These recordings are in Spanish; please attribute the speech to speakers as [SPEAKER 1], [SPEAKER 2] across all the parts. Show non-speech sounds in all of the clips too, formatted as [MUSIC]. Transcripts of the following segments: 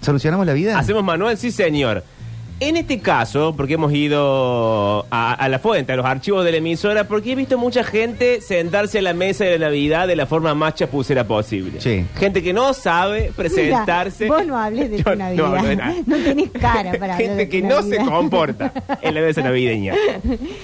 [SPEAKER 1] ¿Solucionamos la vida?
[SPEAKER 2] Hacemos manual, sí, señor. En este caso, porque hemos ido a, a la fuente, a los archivos de la emisora, porque he visto mucha gente sentarse a la mesa de la Navidad de la forma más chapucera posible.
[SPEAKER 1] Sí.
[SPEAKER 2] Gente que no sabe presentarse.
[SPEAKER 3] Mira, vos no hables de
[SPEAKER 2] [LAUGHS]
[SPEAKER 3] tu
[SPEAKER 2] Yo
[SPEAKER 3] Navidad.
[SPEAKER 2] No, hablo de nada.
[SPEAKER 3] No tenés cara para hablar
[SPEAKER 2] [LAUGHS]
[SPEAKER 3] de
[SPEAKER 2] Gente
[SPEAKER 3] tu
[SPEAKER 2] que no se
[SPEAKER 3] Navidad.
[SPEAKER 2] comporta en la mesa navideña.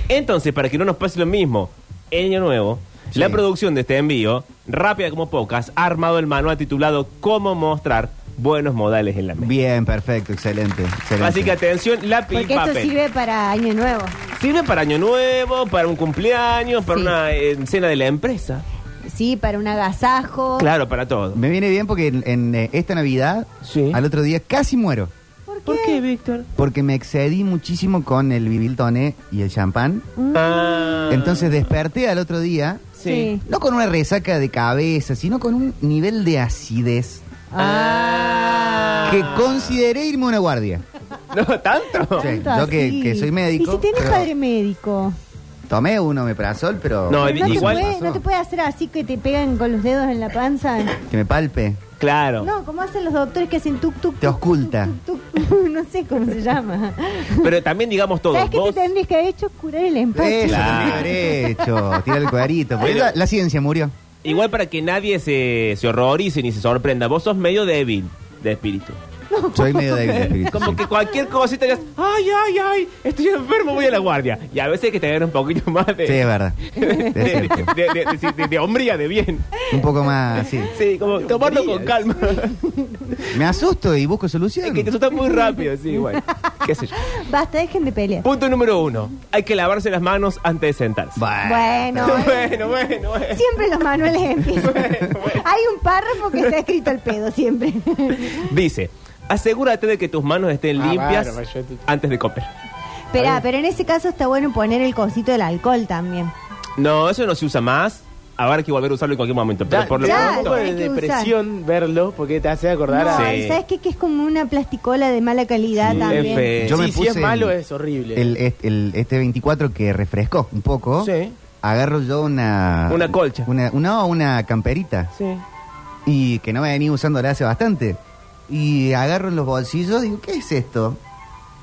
[SPEAKER 2] Entonces, para que no nos pase lo mismo, el año nuevo,
[SPEAKER 1] Sí.
[SPEAKER 2] la producción de este envío, rápida como pocas, ha armado el manual titulado Cómo mostrar buenos modales en la mesa.
[SPEAKER 1] Bien, perfecto, excelente. excelente.
[SPEAKER 2] Así que atención, lápiz y
[SPEAKER 3] Porque esto
[SPEAKER 2] papel.
[SPEAKER 3] sirve para Año Nuevo.
[SPEAKER 2] Sirve para año nuevo, para un cumpleaños, para
[SPEAKER 3] Sí.
[SPEAKER 2] una eh, cena de la empresa.
[SPEAKER 3] Sí, para un agasajo.
[SPEAKER 2] Claro, para todo.
[SPEAKER 1] Me viene bien porque en, en, eh, esta Navidad,
[SPEAKER 2] Sí.
[SPEAKER 1] al otro día casi muero.
[SPEAKER 3] ¿Por qué?
[SPEAKER 2] ¿Por qué, Víctor?
[SPEAKER 1] Porque me excedí muchísimo con el bibiltoné y el champán.
[SPEAKER 2] Ah.
[SPEAKER 1] Entonces desperté al otro día,
[SPEAKER 2] Sí.
[SPEAKER 3] Sí.
[SPEAKER 1] no con una resaca de cabeza, sino con un nivel de acidez
[SPEAKER 2] Ah.
[SPEAKER 1] que consideré irme a una guardia.
[SPEAKER 2] [LAUGHS] No, tanto.
[SPEAKER 1] Sí.
[SPEAKER 3] Tanto
[SPEAKER 1] yo que-
[SPEAKER 3] así.
[SPEAKER 1] que soy médico,
[SPEAKER 3] ¿Y si tenés
[SPEAKER 1] pero-
[SPEAKER 3] padre médico?
[SPEAKER 1] Tomé uno omeprazol, pero...
[SPEAKER 2] No,
[SPEAKER 3] Pero no,
[SPEAKER 2] igual-
[SPEAKER 3] te puede, no te puede hacer así que te pegan con los dedos en la panza.
[SPEAKER 1] Que me palpe.
[SPEAKER 2] Claro.
[SPEAKER 3] No, como hacen los doctores que hacen tuk tuk.
[SPEAKER 1] Te
[SPEAKER 3] tuk,
[SPEAKER 1] oculta.
[SPEAKER 3] tuk, tuk, tuk. [LAUGHS] No sé cómo se llama.
[SPEAKER 2] Pero también digamos todo.
[SPEAKER 3] ¿Sabes qué te
[SPEAKER 2] Vos-
[SPEAKER 3] tendrías que haber hecho? Curar el empacho.
[SPEAKER 1] Eso
[SPEAKER 2] Claro.
[SPEAKER 1] tendría que haber hecho. Tira el cuadrito. porque
[SPEAKER 2] Pero-
[SPEAKER 1] la, la ciencia murió.
[SPEAKER 2] Igual para que nadie se, se horrorice ni se sorprenda, vos sos medio débil de espíritu.
[SPEAKER 1] Soy medio débil de espíritu.
[SPEAKER 2] [LAUGHS] Como
[SPEAKER 1] sí.
[SPEAKER 2] que cualquier cosita ya es, ay, ay, ay, estoy enfermo, voy a la guardia. Y a veces hay que tener un poquito más de...
[SPEAKER 1] Sí, es [LAUGHS] verdad.
[SPEAKER 2] de,
[SPEAKER 1] Es cierto.
[SPEAKER 2] de- de- de- de- de- de hombría, de bien.
[SPEAKER 1] Un poco más, sí.
[SPEAKER 2] Sí, como tomarlo con calma.
[SPEAKER 1] Me asusto y busco solución.
[SPEAKER 2] Es que te asustas muy rápido, sí, igual. ¿Qué sé yo?
[SPEAKER 3] Basta, dejen de pelear.
[SPEAKER 2] Punto número uno. Hay que lavarse las manos antes de sentarse.
[SPEAKER 3] Bueno,
[SPEAKER 2] [LAUGHS] Bueno, bueno, bueno.
[SPEAKER 3] Siempre los manuales empiezan.
[SPEAKER 2] [LAUGHS] Bueno, bueno.
[SPEAKER 3] Hay un párrafo que está escrito al pedo
[SPEAKER 2] [LAUGHS]
[SPEAKER 3] siempre.
[SPEAKER 2] Dice, asegúrate de que tus manos estén
[SPEAKER 4] Ah,
[SPEAKER 2] limpias
[SPEAKER 4] bárbaro, yo te-
[SPEAKER 2] antes de comer.
[SPEAKER 3] Espera, pero en ese caso está bueno poner el cosito del alcohol también.
[SPEAKER 2] No, eso no se usa más. Habrá que volver a usarlo en cualquier momento. Pero
[SPEAKER 4] Da-
[SPEAKER 2] por lo
[SPEAKER 4] te da
[SPEAKER 3] ya,
[SPEAKER 4] un
[SPEAKER 2] pronto-
[SPEAKER 4] poco de
[SPEAKER 3] tenés que
[SPEAKER 4] depresión verlo porque te hace acordar
[SPEAKER 3] No,
[SPEAKER 4] a.
[SPEAKER 2] Sí.
[SPEAKER 3] y ¿sabes qué? Que es como una plasticola de mala calidad
[SPEAKER 2] Sí,
[SPEAKER 3] también.
[SPEAKER 2] es feo.
[SPEAKER 1] Yo me
[SPEAKER 4] Sí, si
[SPEAKER 1] puse
[SPEAKER 4] es malo,
[SPEAKER 1] el-
[SPEAKER 4] es horrible.
[SPEAKER 1] El, est- el- este 24 que refrescó un poco.
[SPEAKER 2] Sí.
[SPEAKER 1] Agarro yo una.
[SPEAKER 2] Una colcha.
[SPEAKER 1] Una, no, una camperita.
[SPEAKER 2] Sí.
[SPEAKER 1] Y que no me venía usándola hace bastante. Y agarro en los bolsillos y digo, ¿qué es esto?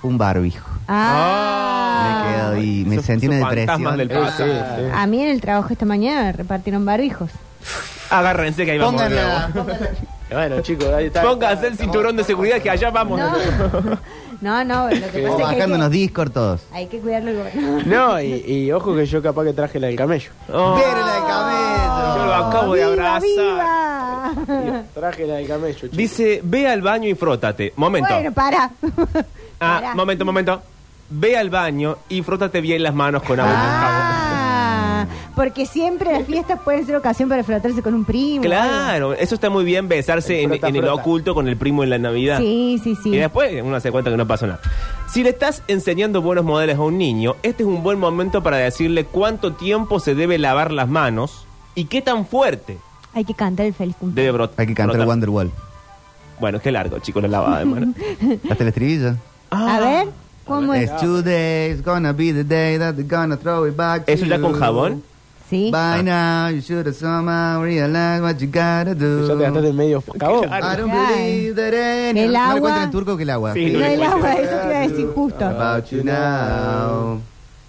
[SPEAKER 1] Un barbijo.
[SPEAKER 3] Ah.
[SPEAKER 1] Me quedo ahí, me
[SPEAKER 2] Esos-
[SPEAKER 1] sentí una
[SPEAKER 2] esos
[SPEAKER 1] depresión.
[SPEAKER 2] fantasmas del
[SPEAKER 4] Eh,
[SPEAKER 2] pasado.
[SPEAKER 4] sí, sí.
[SPEAKER 3] A mí en el trabajo esta mañana repartieron barbijos.
[SPEAKER 2] Agárrense que ahí vamos. de
[SPEAKER 1] Pónganla,
[SPEAKER 2] nuevo.
[SPEAKER 4] Bueno, chicos, ahí
[SPEAKER 2] [LAUGHS]
[SPEAKER 4] está.
[SPEAKER 2] Pónganse el cinturón de seguridad que allá vamos.
[SPEAKER 3] No, [LAUGHS] no, no, lo que
[SPEAKER 1] O
[SPEAKER 3] pasa es que hay
[SPEAKER 1] bajándonos
[SPEAKER 3] que,
[SPEAKER 1] Discord todos.
[SPEAKER 3] hay que cuidarlo. el
[SPEAKER 4] No, y, y ojo que yo capaz que traje la del camello.
[SPEAKER 2] Oh,
[SPEAKER 1] Verla de cabello.
[SPEAKER 2] Yo lo acabo de abrazar.
[SPEAKER 3] ¡Viva, viva!
[SPEAKER 4] Traje la del camello, chicos.
[SPEAKER 2] Dice, ve al baño y frótate. Momento.
[SPEAKER 3] Bueno, para.
[SPEAKER 2] ah, momento, momento. Ve al baño y frótate bien las manos con agua y con jabón.
[SPEAKER 3] Ah, porque siempre las fiestas pueden ser ocasión para frotarse con un primo.
[SPEAKER 2] Claro, eso está muy bien besarse en,
[SPEAKER 4] Frota,
[SPEAKER 2] en el
[SPEAKER 4] frota.
[SPEAKER 2] oculto con el primo en la Navidad.
[SPEAKER 3] Sí, sí, sí.
[SPEAKER 2] Y después uno se cuenta que no pasó nada. Si le estás enseñando buenos modelos a un niño, este es un buen momento para decirle cuánto tiempo se debe lavar las manos y qué tan fuerte
[SPEAKER 3] Hay que cantar el feliz cumpleaños.
[SPEAKER 2] debe brotar.
[SPEAKER 1] Hay que cantar Wonderwall.
[SPEAKER 2] Bueno, qué largo, chicos, la lavada de manos. Ah,
[SPEAKER 1] Hasta el estribillo.
[SPEAKER 3] [LAUGHS] A ver, ¿cómo es?
[SPEAKER 1] It's two days, gonna be the day that they're gonna throw it back. to
[SPEAKER 2] ¿Eso ya con
[SPEAKER 1] you.
[SPEAKER 2] jabón? Ah.
[SPEAKER 3] Sí.
[SPEAKER 1] By now you should have somehow realized what you gotta do.
[SPEAKER 4] Ya te gastaste medio cabón.
[SPEAKER 1] I don't
[SPEAKER 3] Claro.
[SPEAKER 1] believe that any-
[SPEAKER 3] El
[SPEAKER 1] No le
[SPEAKER 3] agua.
[SPEAKER 1] cuenten en turco que el agua.
[SPEAKER 2] Sí,
[SPEAKER 3] Lo
[SPEAKER 2] no le
[SPEAKER 3] del
[SPEAKER 2] puede
[SPEAKER 3] agua,
[SPEAKER 2] ser.
[SPEAKER 3] eso te iba a decir justo.
[SPEAKER 1] About you now.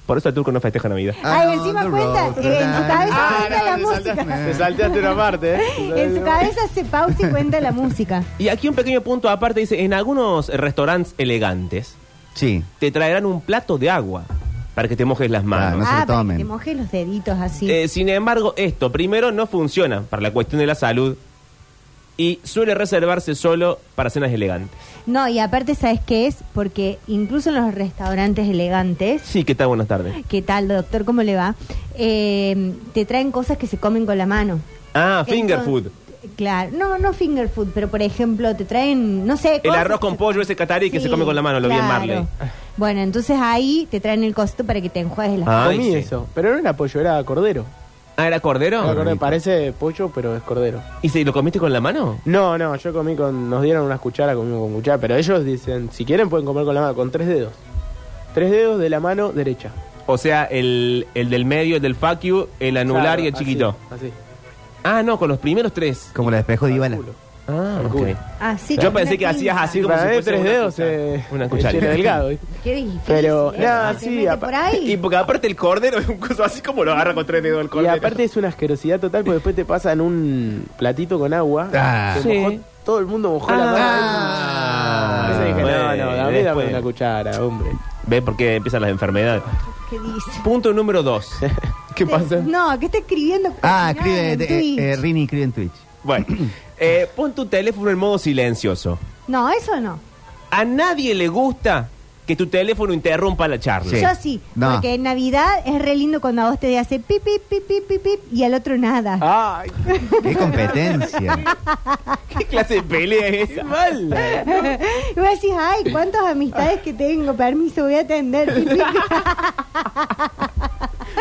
[SPEAKER 2] Por eso el turco no festeja Navidad.
[SPEAKER 3] Ay, encima
[SPEAKER 1] On the
[SPEAKER 3] cuenta,
[SPEAKER 1] road
[SPEAKER 3] eh, en su
[SPEAKER 1] tonight.
[SPEAKER 3] cabeza
[SPEAKER 4] Ah,
[SPEAKER 3] cuenta la
[SPEAKER 4] no, te saltaste,
[SPEAKER 3] música.
[SPEAKER 4] te salteaste una parte, ¿eh?
[SPEAKER 3] [LAUGHS]
[SPEAKER 4] [LAUGHS]
[SPEAKER 3] En su cabeza se pausa y cuenta la música.
[SPEAKER 2] Y aquí un pequeño punto aparte dice, en algunos restaurantes elegantes
[SPEAKER 1] Sí.
[SPEAKER 2] te traerán un plato de agua para que te mojes las manos.
[SPEAKER 1] No se lo
[SPEAKER 3] ah, para que
[SPEAKER 1] tomen.
[SPEAKER 3] te mojes los deditos así.
[SPEAKER 2] Eh, sin embargo, esto primero no funciona para la cuestión de la salud y suele reservarse solo para cenas elegantes.
[SPEAKER 3] No, y aparte, ¿sabes qué es? Porque incluso en los restaurantes elegantes,
[SPEAKER 2] Sí, ¿qué tal? Buenas tardes.
[SPEAKER 3] ¿qué tal, doctor? ¿Cómo le va? Eh, te traen cosas que se comen con la mano.
[SPEAKER 2] Ah, finger food.
[SPEAKER 3] Entonces, Claro, no, no finger food, pero por ejemplo, te traen, no sé.
[SPEAKER 2] El
[SPEAKER 3] cosas
[SPEAKER 2] arroz
[SPEAKER 3] que
[SPEAKER 2] con
[SPEAKER 3] se-
[SPEAKER 2] pollo ese catarí que se
[SPEAKER 3] Sí,
[SPEAKER 2] come con la mano, lo vi en
[SPEAKER 3] claro.
[SPEAKER 2] Marley.
[SPEAKER 3] Bueno, entonces ahí te traen el costo para que te enjuagues las
[SPEAKER 2] Ah.
[SPEAKER 3] manos.
[SPEAKER 2] Ay,
[SPEAKER 4] Comí
[SPEAKER 2] sí.
[SPEAKER 4] eso. Pero no era pollo, era cordero.
[SPEAKER 2] Ah, ¿era
[SPEAKER 4] Era
[SPEAKER 2] cordero?
[SPEAKER 4] cordero, Parece pollo, pero es cordero.
[SPEAKER 2] ¿Y si lo comiste con la mano?
[SPEAKER 4] No, no, yo comí con. Nos dieron unas cucharas, comimos con cuchara. Pero ellos dicen, si quieren pueden comer con la mano, con tres dedos. Tres dedos de la mano derecha.
[SPEAKER 2] O sea, el, el del medio, el del fuck you, el anular
[SPEAKER 4] Claro,
[SPEAKER 2] y el
[SPEAKER 4] así,
[SPEAKER 2] chiquito.
[SPEAKER 4] Así.
[SPEAKER 2] Ah, no, con los primeros tres.
[SPEAKER 1] Como la despejo de Ibala.
[SPEAKER 4] Culo. Ah,
[SPEAKER 2] ok.
[SPEAKER 4] cool.
[SPEAKER 3] Ah, sí,
[SPEAKER 2] Yo
[SPEAKER 3] con
[SPEAKER 2] pensé
[SPEAKER 3] una
[SPEAKER 2] que hacías
[SPEAKER 3] pinza.
[SPEAKER 2] así como
[SPEAKER 4] Para
[SPEAKER 2] si
[SPEAKER 4] mí
[SPEAKER 2] fuese
[SPEAKER 4] tres
[SPEAKER 2] una
[SPEAKER 4] dedos
[SPEAKER 2] cuchara.
[SPEAKER 4] eh,
[SPEAKER 2] Una cuchara.
[SPEAKER 4] llena delgado. ¿eh?
[SPEAKER 3] Qué difícil.
[SPEAKER 4] Pero,
[SPEAKER 3] ¿eh?
[SPEAKER 4] nada,
[SPEAKER 3] Se
[SPEAKER 4] sí,
[SPEAKER 3] mete
[SPEAKER 4] apa-
[SPEAKER 3] por ahí.
[SPEAKER 2] Y porque aparte el cordero es un coso así como lo agarra [LAUGHS] con tres dedos el
[SPEAKER 4] Y
[SPEAKER 2] cordero.
[SPEAKER 4] aparte es una asquerosidad total porque después te pasan un platito con agua.
[SPEAKER 1] Ah.
[SPEAKER 4] se
[SPEAKER 2] Sí.
[SPEAKER 4] mojó- todo el mundo mojó la mano.
[SPEAKER 2] Ah.
[SPEAKER 4] Entonces dije, no, no, dame,
[SPEAKER 2] Bueno,
[SPEAKER 4] dame
[SPEAKER 2] después.
[SPEAKER 4] una cuchara, hombre.
[SPEAKER 2] ¿Ve por qué empiezan las enfermedades?
[SPEAKER 3] ¿Qué dice?
[SPEAKER 2] Punto número
[SPEAKER 4] [LAUGHS]
[SPEAKER 2] dos. [LAUGHS] ¿Qué pasa?
[SPEAKER 3] No, que está escribiendo.
[SPEAKER 1] Ah, escribe,
[SPEAKER 3] cochinada en
[SPEAKER 1] eh,
[SPEAKER 3] Twitch.
[SPEAKER 1] eh, Rini escribe en Twitch.
[SPEAKER 2] Bueno, eh, pon tu teléfono en modo silencioso.
[SPEAKER 3] No, eso no.
[SPEAKER 2] A nadie le gusta que tu teléfono interrumpa la charla.
[SPEAKER 1] Sí.
[SPEAKER 3] Yo sí,
[SPEAKER 1] No.
[SPEAKER 3] porque en Navidad es re lindo cuando a vos te hace pip, pip, pip, pip, pip, pip, y al otro nada.
[SPEAKER 4] Ay,
[SPEAKER 3] [LAUGHS]
[SPEAKER 1] Qué competencia.
[SPEAKER 2] ¿Qué clase de pelea es
[SPEAKER 4] qué
[SPEAKER 2] esa?
[SPEAKER 4] mal.
[SPEAKER 3] Y vos decís, ay, cuántas amistades que tengo, permiso, voy a atender.
[SPEAKER 2] [LAUGHS]
[SPEAKER 3] pip, pip, pip.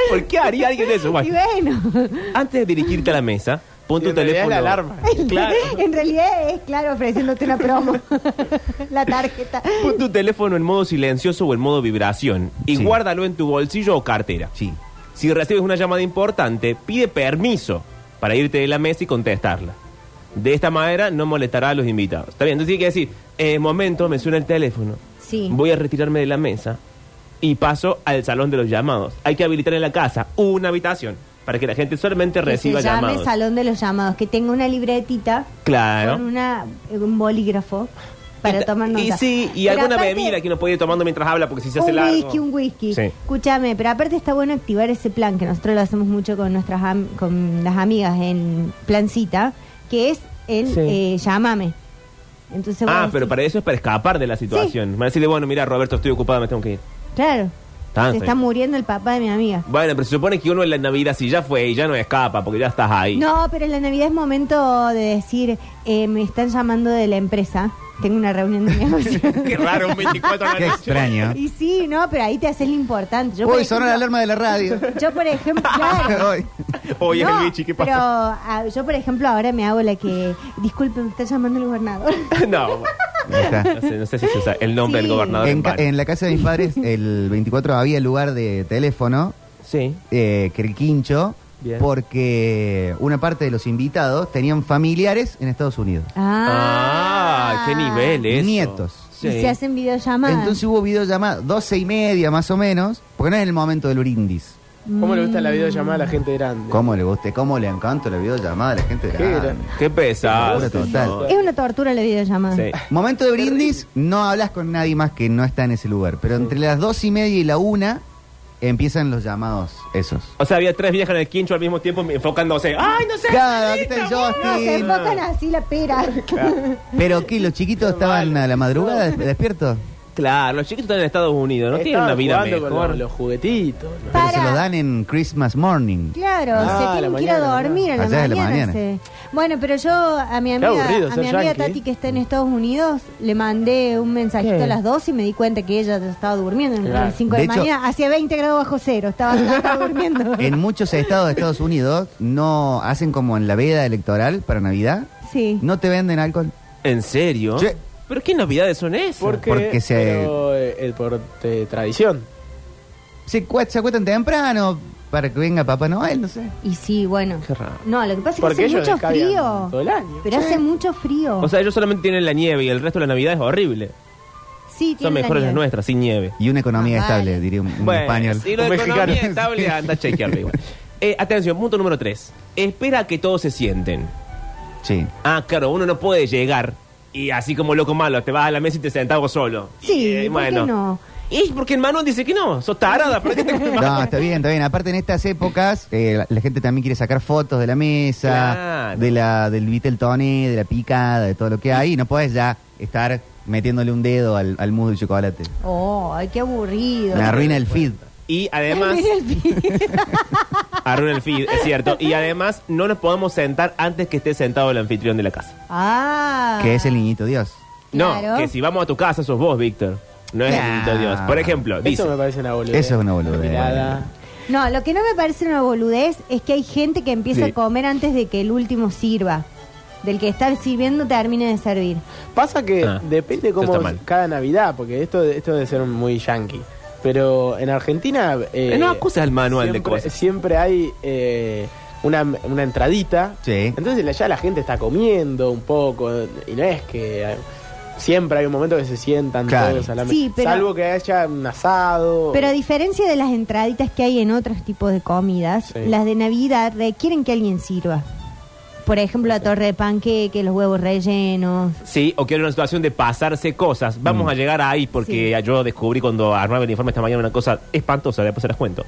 [SPEAKER 2] ¿Por qué haría alguien eso?
[SPEAKER 3] y
[SPEAKER 2] Bueno,
[SPEAKER 3] bueno,
[SPEAKER 2] antes de dirigirte a la mesa, pon
[SPEAKER 4] Y
[SPEAKER 2] tu
[SPEAKER 4] en realidad
[SPEAKER 2] teléfono.
[SPEAKER 4] es la alarma.
[SPEAKER 2] [LAUGHS] Claro.
[SPEAKER 3] en realidad es, claro, ofreciéndote una promo. [LAUGHS] la tarjeta.
[SPEAKER 2] Pon tu teléfono en modo silencioso o en modo vibración y
[SPEAKER 1] Sí.
[SPEAKER 2] guárdalo en tu bolsillo o cartera.
[SPEAKER 1] Sí.
[SPEAKER 2] Si recibes una llamada importante, pide permiso para irte de la mesa y contestarla. De esta manera no molestará a los invitados. Está bien, entonces tienes que decir, eh, momento, me suena el teléfono.
[SPEAKER 3] Sí.
[SPEAKER 2] Voy a retirarme de la mesa y paso al salón de los llamados. Hay que habilitar en la casa una habitación para que la gente solamente
[SPEAKER 3] Que se
[SPEAKER 2] reciba
[SPEAKER 3] llame
[SPEAKER 2] llamados.
[SPEAKER 3] Salón de los Llamados, que tenga una libretita
[SPEAKER 2] Claro.
[SPEAKER 3] con una, un bolígrafo para
[SPEAKER 2] Y ta-
[SPEAKER 3] tomar nota.
[SPEAKER 2] Y sí, y
[SPEAKER 3] Pero
[SPEAKER 2] alguna
[SPEAKER 3] aparte-
[SPEAKER 2] bebida que uno puede ir tomando mientras habla porque si se hace
[SPEAKER 3] Un
[SPEAKER 2] largo.
[SPEAKER 3] whisky, un whisky.
[SPEAKER 2] Sí.
[SPEAKER 3] Escúchame, pero aparte está bueno activar ese plan que nosotros lo hacemos mucho con nuestras am- con las amigas en plancita, que es el
[SPEAKER 4] Sí.
[SPEAKER 3] eh, llámame. Entonces
[SPEAKER 2] Ah, pero para eso es para escapar de la situación. Van a decirle, bueno, mira, Roberto, estoy ocupado, me tengo que ir.
[SPEAKER 3] Claro.
[SPEAKER 2] Está,
[SPEAKER 3] se
[SPEAKER 2] está
[SPEAKER 3] está
[SPEAKER 2] bien.
[SPEAKER 3] muriendo el papá de mi amiga.
[SPEAKER 2] Bueno, pero se supone que uno en la Navidad, si ya fue y ya no escapa, porque ya estás ahí.
[SPEAKER 3] No, pero en la Navidad es momento de decir, eh, me están llamando de la empresa, tengo una reunión de negocio.
[SPEAKER 2] Qué raro, un 24 de la
[SPEAKER 1] Qué
[SPEAKER 2] noche.
[SPEAKER 1] extraño.
[SPEAKER 3] y sí, no, pero ahí te haces lo importante. Yo, por
[SPEAKER 1] Uy, sonó la
[SPEAKER 3] ejemplo-
[SPEAKER 1] alarma de la radio.
[SPEAKER 3] Yo,
[SPEAKER 1] [LAUGHS]
[SPEAKER 3] por ejemplo, claro.
[SPEAKER 1] Hoy.
[SPEAKER 2] Oye,
[SPEAKER 3] No,
[SPEAKER 2] el bichi, ¿qué
[SPEAKER 3] Pero
[SPEAKER 2] pasa?
[SPEAKER 3] ah, yo, por ejemplo, ahora me hago la que. Disculpe, me está llamando el gobernador.
[SPEAKER 2] no, bueno,
[SPEAKER 1] Ahí está.
[SPEAKER 2] [LAUGHS] no sé, no sé si se usa el nombre
[SPEAKER 3] Sí.
[SPEAKER 2] del gobernador.
[SPEAKER 1] En,
[SPEAKER 2] En
[SPEAKER 1] ca-
[SPEAKER 2] vano.
[SPEAKER 1] en la casa de mis padres, el 24 había lugar de teléfono,
[SPEAKER 2] Sí.
[SPEAKER 1] eh, que el quincho,
[SPEAKER 2] Bien.
[SPEAKER 1] porque una parte de los invitados tenían familiares en Estados Unidos.
[SPEAKER 2] Ah, qué nivel eso.
[SPEAKER 1] Nietos.
[SPEAKER 2] Sí.
[SPEAKER 3] Y se hacen videollamadas.
[SPEAKER 1] Entonces hubo videollamada, 12 y media más o menos, porque no es el momento del brindis.
[SPEAKER 4] ¿Cómo le gusta la videollamada a la gente grande?
[SPEAKER 1] ¿Cómo le guste? ¿Cómo le encanta la videollamada a la gente de
[SPEAKER 4] Qué
[SPEAKER 1] la-
[SPEAKER 4] gran-
[SPEAKER 2] Qué pesado.
[SPEAKER 1] Locura total.
[SPEAKER 2] señor.
[SPEAKER 3] Mm, es una tortura la videollamada.
[SPEAKER 2] Sí.
[SPEAKER 1] Momento de brindis, no hablas con nadie más que no está en ese lugar. Pero entre las dos y media y la una empiezan los llamados esos.
[SPEAKER 2] O sea, había tres viejas en el quincho al mismo tiempo enfocándose. ¡Ay, no sé!
[SPEAKER 1] Claro, aquí está el
[SPEAKER 3] No, se
[SPEAKER 1] Justin.
[SPEAKER 3] enfocan así la pera. [LAUGHS]
[SPEAKER 1] Pero que los chiquitos estaban a la madrugada des- despiertos.
[SPEAKER 2] Claro, los chicos están en Estados Unidos, no tienen
[SPEAKER 4] Estaban
[SPEAKER 2] una vida
[SPEAKER 4] jugando con
[SPEAKER 2] mejor.
[SPEAKER 4] los, los juguetitos. ¿no?
[SPEAKER 1] Pero se
[SPEAKER 3] Para.
[SPEAKER 1] lo dan en Christmas morning.
[SPEAKER 3] Claro,
[SPEAKER 4] Ah,
[SPEAKER 3] se tienen
[SPEAKER 4] la
[SPEAKER 3] que ir a
[SPEAKER 4] mañana,
[SPEAKER 3] dormir a la
[SPEAKER 1] Allá de la
[SPEAKER 3] mañana.
[SPEAKER 1] mañana.
[SPEAKER 3] sí. Bueno, pero yo a mi amiga,
[SPEAKER 4] aburrido
[SPEAKER 3] a
[SPEAKER 4] ser
[SPEAKER 3] mi amiga
[SPEAKER 4] yankee.
[SPEAKER 3] Tati que está en Estados Unidos, le mandé un mensajito
[SPEAKER 4] ¿Qué?
[SPEAKER 3] a las 2 y me di cuenta que ella estaba durmiendo a
[SPEAKER 4] Claro.
[SPEAKER 3] las 5 de,
[SPEAKER 1] De
[SPEAKER 3] la
[SPEAKER 1] hecho-
[SPEAKER 3] mañana, hacía 20 grados bajo cero, estaba, estaba durmiendo.
[SPEAKER 1] [LAUGHS] En muchos estados de Estados Unidos no hacen como en la veda electoral para Navidad,
[SPEAKER 3] Sí.
[SPEAKER 1] no te venden alcohol.
[SPEAKER 2] ¿En serio?
[SPEAKER 1] Sí.
[SPEAKER 2] ¿Pero qué navidades son esas?
[SPEAKER 4] Porque,
[SPEAKER 1] Porque se-
[SPEAKER 4] pero, eh, eh, por eh, tradición.
[SPEAKER 1] Se, cua- se acuestan temprano para que venga Papá Noel, no sé.
[SPEAKER 3] Y sí, bueno.
[SPEAKER 2] Qué raro.
[SPEAKER 3] No, lo que pasa es que
[SPEAKER 4] Porque
[SPEAKER 3] hace
[SPEAKER 4] ellos
[SPEAKER 3] mucho
[SPEAKER 4] descabian
[SPEAKER 3] frío.
[SPEAKER 4] todo el año.
[SPEAKER 3] Pero hace mucho frío.
[SPEAKER 2] O sea, ellos solamente tienen la nieve y el resto de la Navidad es horrible.
[SPEAKER 3] sí,
[SPEAKER 2] Son
[SPEAKER 3] tienen la
[SPEAKER 2] mejores las
[SPEAKER 3] nieve.
[SPEAKER 2] nuestras, sin nieve.
[SPEAKER 1] Y una economía
[SPEAKER 3] Ah,
[SPEAKER 1] estable,
[SPEAKER 3] vale.
[SPEAKER 1] diría un, un
[SPEAKER 2] Bueno,
[SPEAKER 1] español.
[SPEAKER 2] si lo
[SPEAKER 4] Un
[SPEAKER 2] de economía
[SPEAKER 4] mexicano.
[SPEAKER 2] estable, anda a chequearlo
[SPEAKER 4] [LAUGHS]
[SPEAKER 2] igual. Eh, atención, punto número 3. Espera a que todos se sienten.
[SPEAKER 1] [LAUGHS] Sí.
[SPEAKER 2] Ah, claro, uno no puede llegar y así como loco malo, te vas a la mesa y te sentás vos solo.
[SPEAKER 3] Sí,
[SPEAKER 2] Y, eh,
[SPEAKER 3] ¿por qué no?
[SPEAKER 2] Y porque el manual dice que no, sos tarada. ¿para
[SPEAKER 3] [LAUGHS]
[SPEAKER 2] qué te-
[SPEAKER 1] No, está bien, está bien. Aparte en estas épocas, eh, la, la gente también quiere sacar fotos de la mesa,
[SPEAKER 2] Claro.
[SPEAKER 1] de la, del Vitel Tone, de la picada, de todo lo que hay. Y no puedes ya estar metiéndole un dedo al, al mousse de chocolate.
[SPEAKER 3] Oh, ay, qué aburrido.
[SPEAKER 1] Me
[SPEAKER 3] [LAUGHS]
[SPEAKER 1] arruina el feed.
[SPEAKER 2] Y además,
[SPEAKER 3] Mira el frío.
[SPEAKER 2] arruina el feed, es cierto. Y además, no nos podemos sentar antes que esté sentado el anfitrión de la casa.
[SPEAKER 3] ah.
[SPEAKER 1] Que es el niñito Dios.
[SPEAKER 2] No,
[SPEAKER 3] Claro.
[SPEAKER 2] que si vamos a tu casa sos vos, Víctor. No es
[SPEAKER 1] Nah.
[SPEAKER 2] el Dios. Por ejemplo, dice.
[SPEAKER 4] Eso me parece una boludez.
[SPEAKER 1] Eso es una boludez.
[SPEAKER 4] Mirada.
[SPEAKER 3] No, lo que no me parece una boludez es que hay gente que empieza
[SPEAKER 2] Sí.
[SPEAKER 3] a comer antes de que el último sirva. Del que estar sirviendo termine de servir.
[SPEAKER 4] Pasa que
[SPEAKER 2] Ah,
[SPEAKER 4] depende cómo
[SPEAKER 2] está mal.
[SPEAKER 4] cada Navidad, porque esto, esto debe ser muy yankee. Pero en Argentina. eh,
[SPEAKER 2] Eh, no acuses al manual de
[SPEAKER 4] siempre-
[SPEAKER 2] cosas.
[SPEAKER 4] Siempre hay eh, una, una entradita.
[SPEAKER 1] Sí.
[SPEAKER 4] Entonces la- ya la gente está comiendo un poco. Y no es que eh, siempre hay un momento que se sientan
[SPEAKER 1] Claro.
[SPEAKER 4] todos a la mesa.
[SPEAKER 3] Sí, pero-
[SPEAKER 4] Salvo que haya un asado.
[SPEAKER 3] Pero a diferencia de las entraditas que hay en otros tipos de comidas,
[SPEAKER 4] Sí.
[SPEAKER 3] las de Navidad requieren que alguien sirva. Por ejemplo, la torre de panqueque, los huevos rellenos.
[SPEAKER 2] Sí, o que era una situación de pasarse cosas. Vamos a llegar ahí porque yo descubrí cuando armaba el informe esta mañana una cosa espantosa, después se las cuento.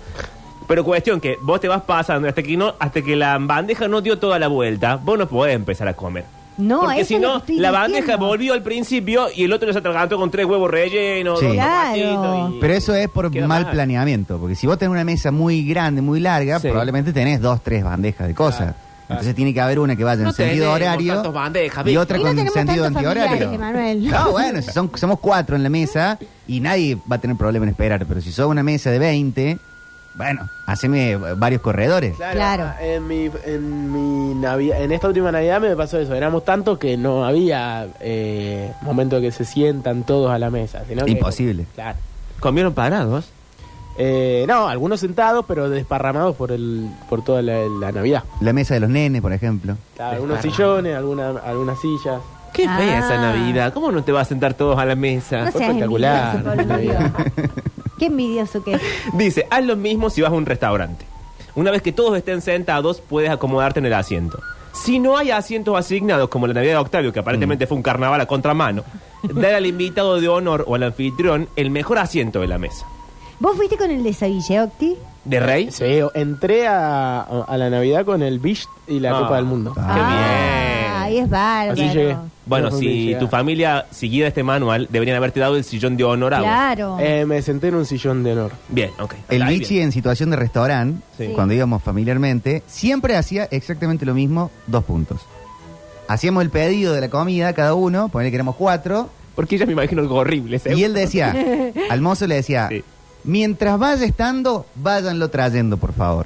[SPEAKER 2] Pero cuestión que vos te vas pasando hasta que no, hasta que la bandeja no dio toda la vuelta, vos no podés empezar a comer.
[SPEAKER 3] No,
[SPEAKER 2] porque
[SPEAKER 3] eso
[SPEAKER 2] si
[SPEAKER 3] es lo
[SPEAKER 2] no,
[SPEAKER 3] que estoy
[SPEAKER 2] la bandeja
[SPEAKER 3] diciendo.
[SPEAKER 2] volvió al principio y el otro los atragantó con tres huevos rellenos,
[SPEAKER 1] Sí.
[SPEAKER 2] dos
[SPEAKER 3] Claro.
[SPEAKER 2] tomatitos y-
[SPEAKER 1] Pero eso es por
[SPEAKER 2] queda
[SPEAKER 1] mal planeamiento, porque si vos tenés una mesa muy grande, muy larga,
[SPEAKER 2] Sí.
[SPEAKER 1] probablemente tenés dos, tres bandejas de cosas. Entonces tiene que haber una que vaya en
[SPEAKER 2] No
[SPEAKER 1] sentido
[SPEAKER 2] tenemos
[SPEAKER 1] horario
[SPEAKER 2] tantas bandejas,
[SPEAKER 1] y
[SPEAKER 2] Vicky.
[SPEAKER 1] otra
[SPEAKER 3] Y no
[SPEAKER 1] con
[SPEAKER 3] tenemos
[SPEAKER 1] sentido
[SPEAKER 3] tantos
[SPEAKER 1] antihorario.
[SPEAKER 3] familiares, Emanuel.
[SPEAKER 1] No, bueno, si son- somos cuatro en la mesa y nadie va a tener problema en esperar, pero si sos una mesa de 20, bueno, haceme eh, varios corredores.
[SPEAKER 3] Claro.
[SPEAKER 4] ah, En, mi, en, mi Navi- en esta última Navidad me pasó eso. Éramos tantos que no había eh, momento que se sientan todos a la mesa. sino que-
[SPEAKER 1] Imposible.
[SPEAKER 4] claro.
[SPEAKER 2] ¿Comieron parados?
[SPEAKER 4] Eh, no, algunos sentados, pero desparramados por el por toda la, la Navidad.
[SPEAKER 1] La mesa de los nenes, por ejemplo.
[SPEAKER 4] Claro, algunos
[SPEAKER 2] Desparramados.
[SPEAKER 4] sillones, alguna, algunas sillas.
[SPEAKER 2] Qué fea
[SPEAKER 3] Ah.
[SPEAKER 2] esa Navidad. ¿Cómo no te vas a sentar todos a la
[SPEAKER 3] No
[SPEAKER 2] mesa?
[SPEAKER 4] Fue
[SPEAKER 3] seas
[SPEAKER 4] espectacular,
[SPEAKER 3] envidioso, Pablo,
[SPEAKER 4] la
[SPEAKER 3] amigo.
[SPEAKER 4] [LAUGHS] Navidad.
[SPEAKER 3] Qué envidioso que es.
[SPEAKER 2] Dice, haz lo mismo si vas a un restaurante. Una vez que todos estén sentados, puedes acomodarte en el asiento. Si no hay asientos asignados, como la Navidad de Octavio, que aparentemente fue un carnaval a contramano, dar al invitado de honor o al anfitrión el mejor asiento de la mesa.
[SPEAKER 3] ¿Vos fuiste con el de Saville, Octi?
[SPEAKER 2] ¿De rey?
[SPEAKER 4] Sí, o- entré a, a la Navidad con el Beach y la
[SPEAKER 2] Ah.
[SPEAKER 4] Copa del Mundo.
[SPEAKER 1] Ah.
[SPEAKER 2] bien.
[SPEAKER 3] Ahí es bárbaro.
[SPEAKER 4] Así llegué.
[SPEAKER 2] Bueno,
[SPEAKER 4] Fue
[SPEAKER 2] si
[SPEAKER 4] complicado.
[SPEAKER 2] tu familia siguiera este manual, deberían haberte dado el sillón de honor a vos.
[SPEAKER 3] Claro.
[SPEAKER 4] Eh, me senté en un sillón de honor.
[SPEAKER 2] Bien, ok.
[SPEAKER 1] El
[SPEAKER 2] Ahí
[SPEAKER 1] Vichy
[SPEAKER 2] bien.
[SPEAKER 1] en situación de restaurante,
[SPEAKER 2] Sí.
[SPEAKER 1] cuando íbamos familiarmente, siempre hacía exactamente lo mismo, dos puntos. Hacíamos el pedido de la comida cada uno, ponele que éramos cuatro,
[SPEAKER 2] Porque ya me imagino algo horrible.
[SPEAKER 1] y
[SPEAKER 2] seguro.
[SPEAKER 1] él decía, al mozo le decía,
[SPEAKER 2] Sí.
[SPEAKER 1] mientras vaya estando, váyanlo trayendo, por favor.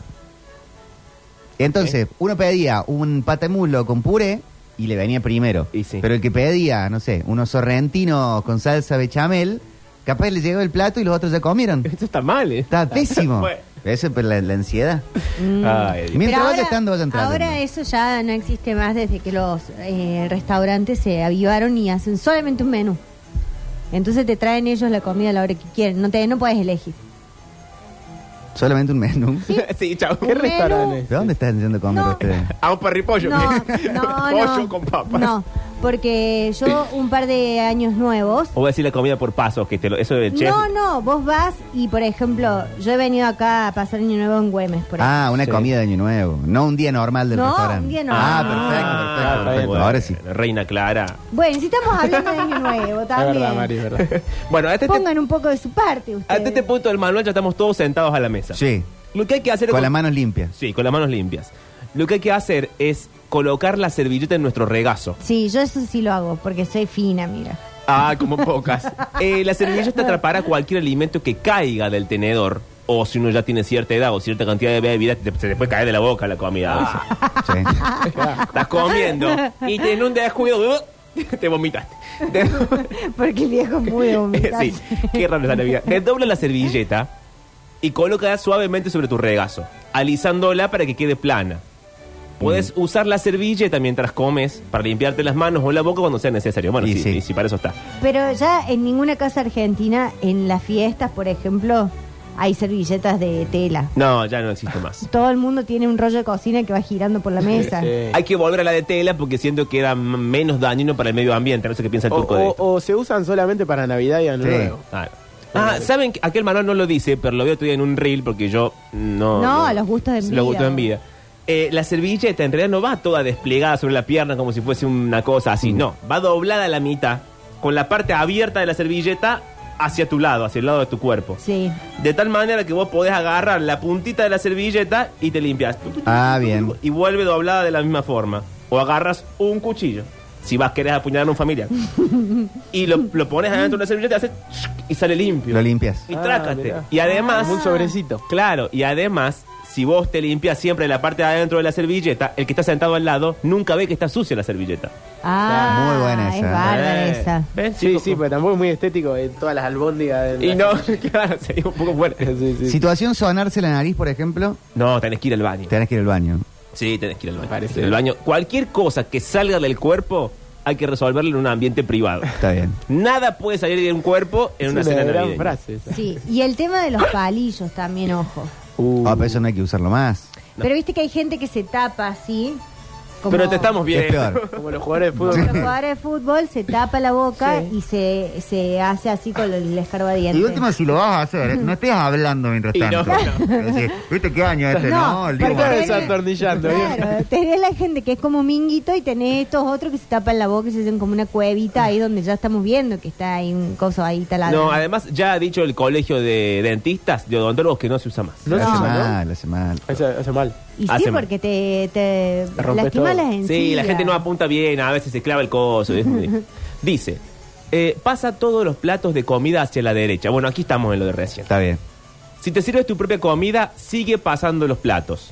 [SPEAKER 1] Entonces, uno pedía un patamulo con puré y le venía primero.
[SPEAKER 2] Y sí.
[SPEAKER 1] Pero el que pedía, no sé, unos sorrentinos con salsa bechamel, capaz le llegó el plato y los otros ya
[SPEAKER 2] [LAUGHS]
[SPEAKER 1] comieron.
[SPEAKER 2] Esto está mal, ¿eh?
[SPEAKER 1] Está pésimo.
[SPEAKER 2] Bueno.
[SPEAKER 1] Eso pero la, la ansiedad.
[SPEAKER 3] Mm.
[SPEAKER 2] Ay, Dios.
[SPEAKER 1] Mientras
[SPEAKER 3] Pero
[SPEAKER 1] vaya estando, vaya entrando.
[SPEAKER 3] Ahora eso ya no existe más desde que los eh, restaurantes se avivaron y hacen solamente un menú. Entonces te traen ellos la comida a la hora que quieren. No te no puedes elegir.
[SPEAKER 1] Solamente un menú.
[SPEAKER 2] [LAUGHS] Sí, chao.
[SPEAKER 4] ¿Qué
[SPEAKER 3] Un
[SPEAKER 4] restaurante?
[SPEAKER 1] ¿De dónde están yendo a comer
[SPEAKER 3] No.
[SPEAKER 1] ustedes?
[SPEAKER 2] A un parripollo.
[SPEAKER 3] [LAUGHS] No,
[SPEAKER 2] [LAUGHS]
[SPEAKER 3] no,
[SPEAKER 2] Pollo
[SPEAKER 3] no.
[SPEAKER 2] con papas.
[SPEAKER 3] No, porque yo un par de años nuevos.
[SPEAKER 2] O voy a decir la comida por pasos, que te lo, eso de chef.
[SPEAKER 3] No, no, vos vas y por ejemplo, yo he venido acá a pasar año nuevo en Güemes, por ejemplo.
[SPEAKER 1] Ah, una
[SPEAKER 4] Sí.
[SPEAKER 1] comida de año nuevo. No un día normal del
[SPEAKER 3] No,
[SPEAKER 1] restaurante.
[SPEAKER 3] un día
[SPEAKER 1] Ah, perfecto,
[SPEAKER 3] normal.
[SPEAKER 1] perfecto.
[SPEAKER 4] está
[SPEAKER 1] perfecto.
[SPEAKER 2] bueno.
[SPEAKER 1] Ahora sí.
[SPEAKER 2] Reina Clara. [LAUGHS]
[SPEAKER 3] Bueno, si estamos hablando de año nuevo
[SPEAKER 4] Es
[SPEAKER 3] también.
[SPEAKER 4] verdad, Mari, es verdad.
[SPEAKER 2] Bueno, hasta este,
[SPEAKER 3] Pongan un poco de su parte ustedes.
[SPEAKER 2] hasta este punto del manual ya estamos todos sentados a la mesa.
[SPEAKER 1] Sí,
[SPEAKER 2] Lo que hay que hacer es
[SPEAKER 1] con las manos limpias.
[SPEAKER 2] Sí, con las manos limpias. Lo que hay que hacer es colocar la servilleta en nuestro regazo.
[SPEAKER 3] Sí, yo eso sí lo hago, porque soy fina, mira.
[SPEAKER 2] Ah, como pocas. [LAUGHS] Eh, la servilleta atrapará cualquier alimento que caiga del tenedor. O si uno ya tiene cierta edad o cierta cantidad de bebida, te- se después cae de la boca la comida. a veces.
[SPEAKER 1] Sí.
[SPEAKER 4] [LAUGHS]
[SPEAKER 2] Estás comiendo y te- en
[SPEAKER 1] [LAUGHS]
[SPEAKER 2] un descuido ¡uh! te vomitaste. Te-
[SPEAKER 3] [LAUGHS] Porque el viejo es [LAUGHS] muy
[SPEAKER 2] [LAUGHS]
[SPEAKER 3] vomitar.
[SPEAKER 2] sí, qué raro esa Navidad. Desdobla la servilleta y coloca suavemente sobre tu regazo, alisándola para que quede plana. Puedes usar la servilleta mientras comes para limpiarte las manos o la boca cuando sea necesario. Bueno,
[SPEAKER 1] Y
[SPEAKER 2] sí,
[SPEAKER 1] sí.
[SPEAKER 2] sí, sí, para eso está.
[SPEAKER 3] Pero ya en ninguna casa argentina, en las fiestas, por ejemplo, hay servilletas de tela.
[SPEAKER 2] No, ya no existe más.
[SPEAKER 3] Todo el mundo tiene un rollo de cocina que va girando por la mesa.
[SPEAKER 4] Sí.
[SPEAKER 2] Hay que volver a la de tela porque siento que era m- menos dañino para el medio ambiente. No sé qué piensa el
[SPEAKER 4] O,
[SPEAKER 2] turco de
[SPEAKER 4] o-
[SPEAKER 2] esto.
[SPEAKER 4] o se usan solamente para Navidad y Año
[SPEAKER 1] Sí.
[SPEAKER 4] Nuevo.
[SPEAKER 2] Claro. Ah, ¿saben? que Aquel manual no lo dice, pero lo veo todavía en un reel porque yo no...
[SPEAKER 3] No, los gustos en vida.
[SPEAKER 2] Los gustos en vida. Eh, la servilleta en realidad no va toda desplegada sobre la pierna como si fuese una cosa así, no. Va doblada a la mitad, con la parte abierta de la servilleta hacia tu lado, hacia el lado de tu cuerpo.
[SPEAKER 3] Sí.
[SPEAKER 2] De tal manera que vos podés agarrar la puntita de la servilleta y te limpias.
[SPEAKER 1] Ah, bien.
[SPEAKER 2] Y vuelve doblada de la misma forma. O agarras un cuchillo. Si vas querés apuñalar a un familiar.
[SPEAKER 3] [LAUGHS]
[SPEAKER 2] y lo, lo pones adentro de la servilleta haces y sale limpio.
[SPEAKER 1] Lo limpias.
[SPEAKER 2] Y
[SPEAKER 4] Ah,
[SPEAKER 2] trácate.
[SPEAKER 4] mirá.
[SPEAKER 2] Y además.
[SPEAKER 4] Un sobrecito.
[SPEAKER 2] Claro, y además, si vos te limpias siempre la parte de adentro de la servilleta, el que está sentado al lado nunca ve que está sucia la servilleta.
[SPEAKER 3] Ah,
[SPEAKER 1] Muy buena
[SPEAKER 3] Es
[SPEAKER 1] esa.
[SPEAKER 3] bárbara
[SPEAKER 2] Eh,
[SPEAKER 3] esa.
[SPEAKER 2] ¿ven,
[SPEAKER 4] Sí,
[SPEAKER 2] chicos?
[SPEAKER 4] sí, pero tampoco es muy estético eh, todas las albóndigas.
[SPEAKER 2] [LAUGHS]
[SPEAKER 4] de-
[SPEAKER 2] Y no, claro, sería un poco fuerte.
[SPEAKER 4] [LAUGHS] Sí, sí.
[SPEAKER 1] Situación sonarse la nariz, por ejemplo,
[SPEAKER 2] No, tenés que ir al baño.
[SPEAKER 1] tenés que ir al baño.
[SPEAKER 2] Sí, tenés que ir al baño.
[SPEAKER 4] Parece.
[SPEAKER 2] El baño. Cualquier cosa que salga del cuerpo hay que resolverlo en un ambiente privado.
[SPEAKER 1] Está bien.
[SPEAKER 2] Nada puede salir de un cuerpo en
[SPEAKER 4] Es
[SPEAKER 2] una cena
[SPEAKER 4] gran
[SPEAKER 2] navideña.
[SPEAKER 4] frase esa.
[SPEAKER 3] Sí, y el tema de los palillos también, ojo.
[SPEAKER 4] Uh.
[SPEAKER 1] Ah, pero
[SPEAKER 2] pues.
[SPEAKER 1] eso no hay que usarlo más.
[SPEAKER 3] Pero viste que hay gente que se tapa así. como-
[SPEAKER 2] Pero te estamos viendo.
[SPEAKER 1] Es peor.
[SPEAKER 4] Como los jugadores de fútbol.
[SPEAKER 3] Como los jugadores de fútbol se tapa la boca
[SPEAKER 4] Sí.
[SPEAKER 3] y se, se hace así con el escarbadiente.
[SPEAKER 5] Y último, si lo vas a hacer, no estés hablando mientras
[SPEAKER 2] Y no,
[SPEAKER 5] tanto. Es decir, ¿Viste qué año este? No, el
[SPEAKER 3] porque
[SPEAKER 5] día
[SPEAKER 4] Claro,
[SPEAKER 3] tenés-
[SPEAKER 4] desatornillando, bien.
[SPEAKER 3] Claro, tenés la gente que es como minguito y tenés estos otros que se tapan la boca y se hacen como una cuevita ahí donde ya estamos viendo que está ahí un coso ahí talado.
[SPEAKER 2] No, además ya ha dicho el colegio de dentistas, de odontólogos, que [LAUGHS] no se usa más.
[SPEAKER 4] No
[SPEAKER 1] Le
[SPEAKER 4] se
[SPEAKER 1] hace
[SPEAKER 4] usa, ¿no?
[SPEAKER 1] mal, le hace mal.
[SPEAKER 4] Hace, hace mal.
[SPEAKER 3] y sí,
[SPEAKER 2] hace mal.
[SPEAKER 3] porque te, te
[SPEAKER 4] Te rompes
[SPEAKER 3] lastima
[SPEAKER 4] todo.
[SPEAKER 3] las encías.
[SPEAKER 2] Sí, la gente no apunta bien, a veces se clava el coso. es-
[SPEAKER 1] [LAUGHS]
[SPEAKER 2] Dice, eh, pasa todos los platos de comida hacia la derecha. Bueno, aquí estamos en lo de recién.
[SPEAKER 1] Está bien.
[SPEAKER 2] Si te sirves tu propia comida, sigue pasando los platos.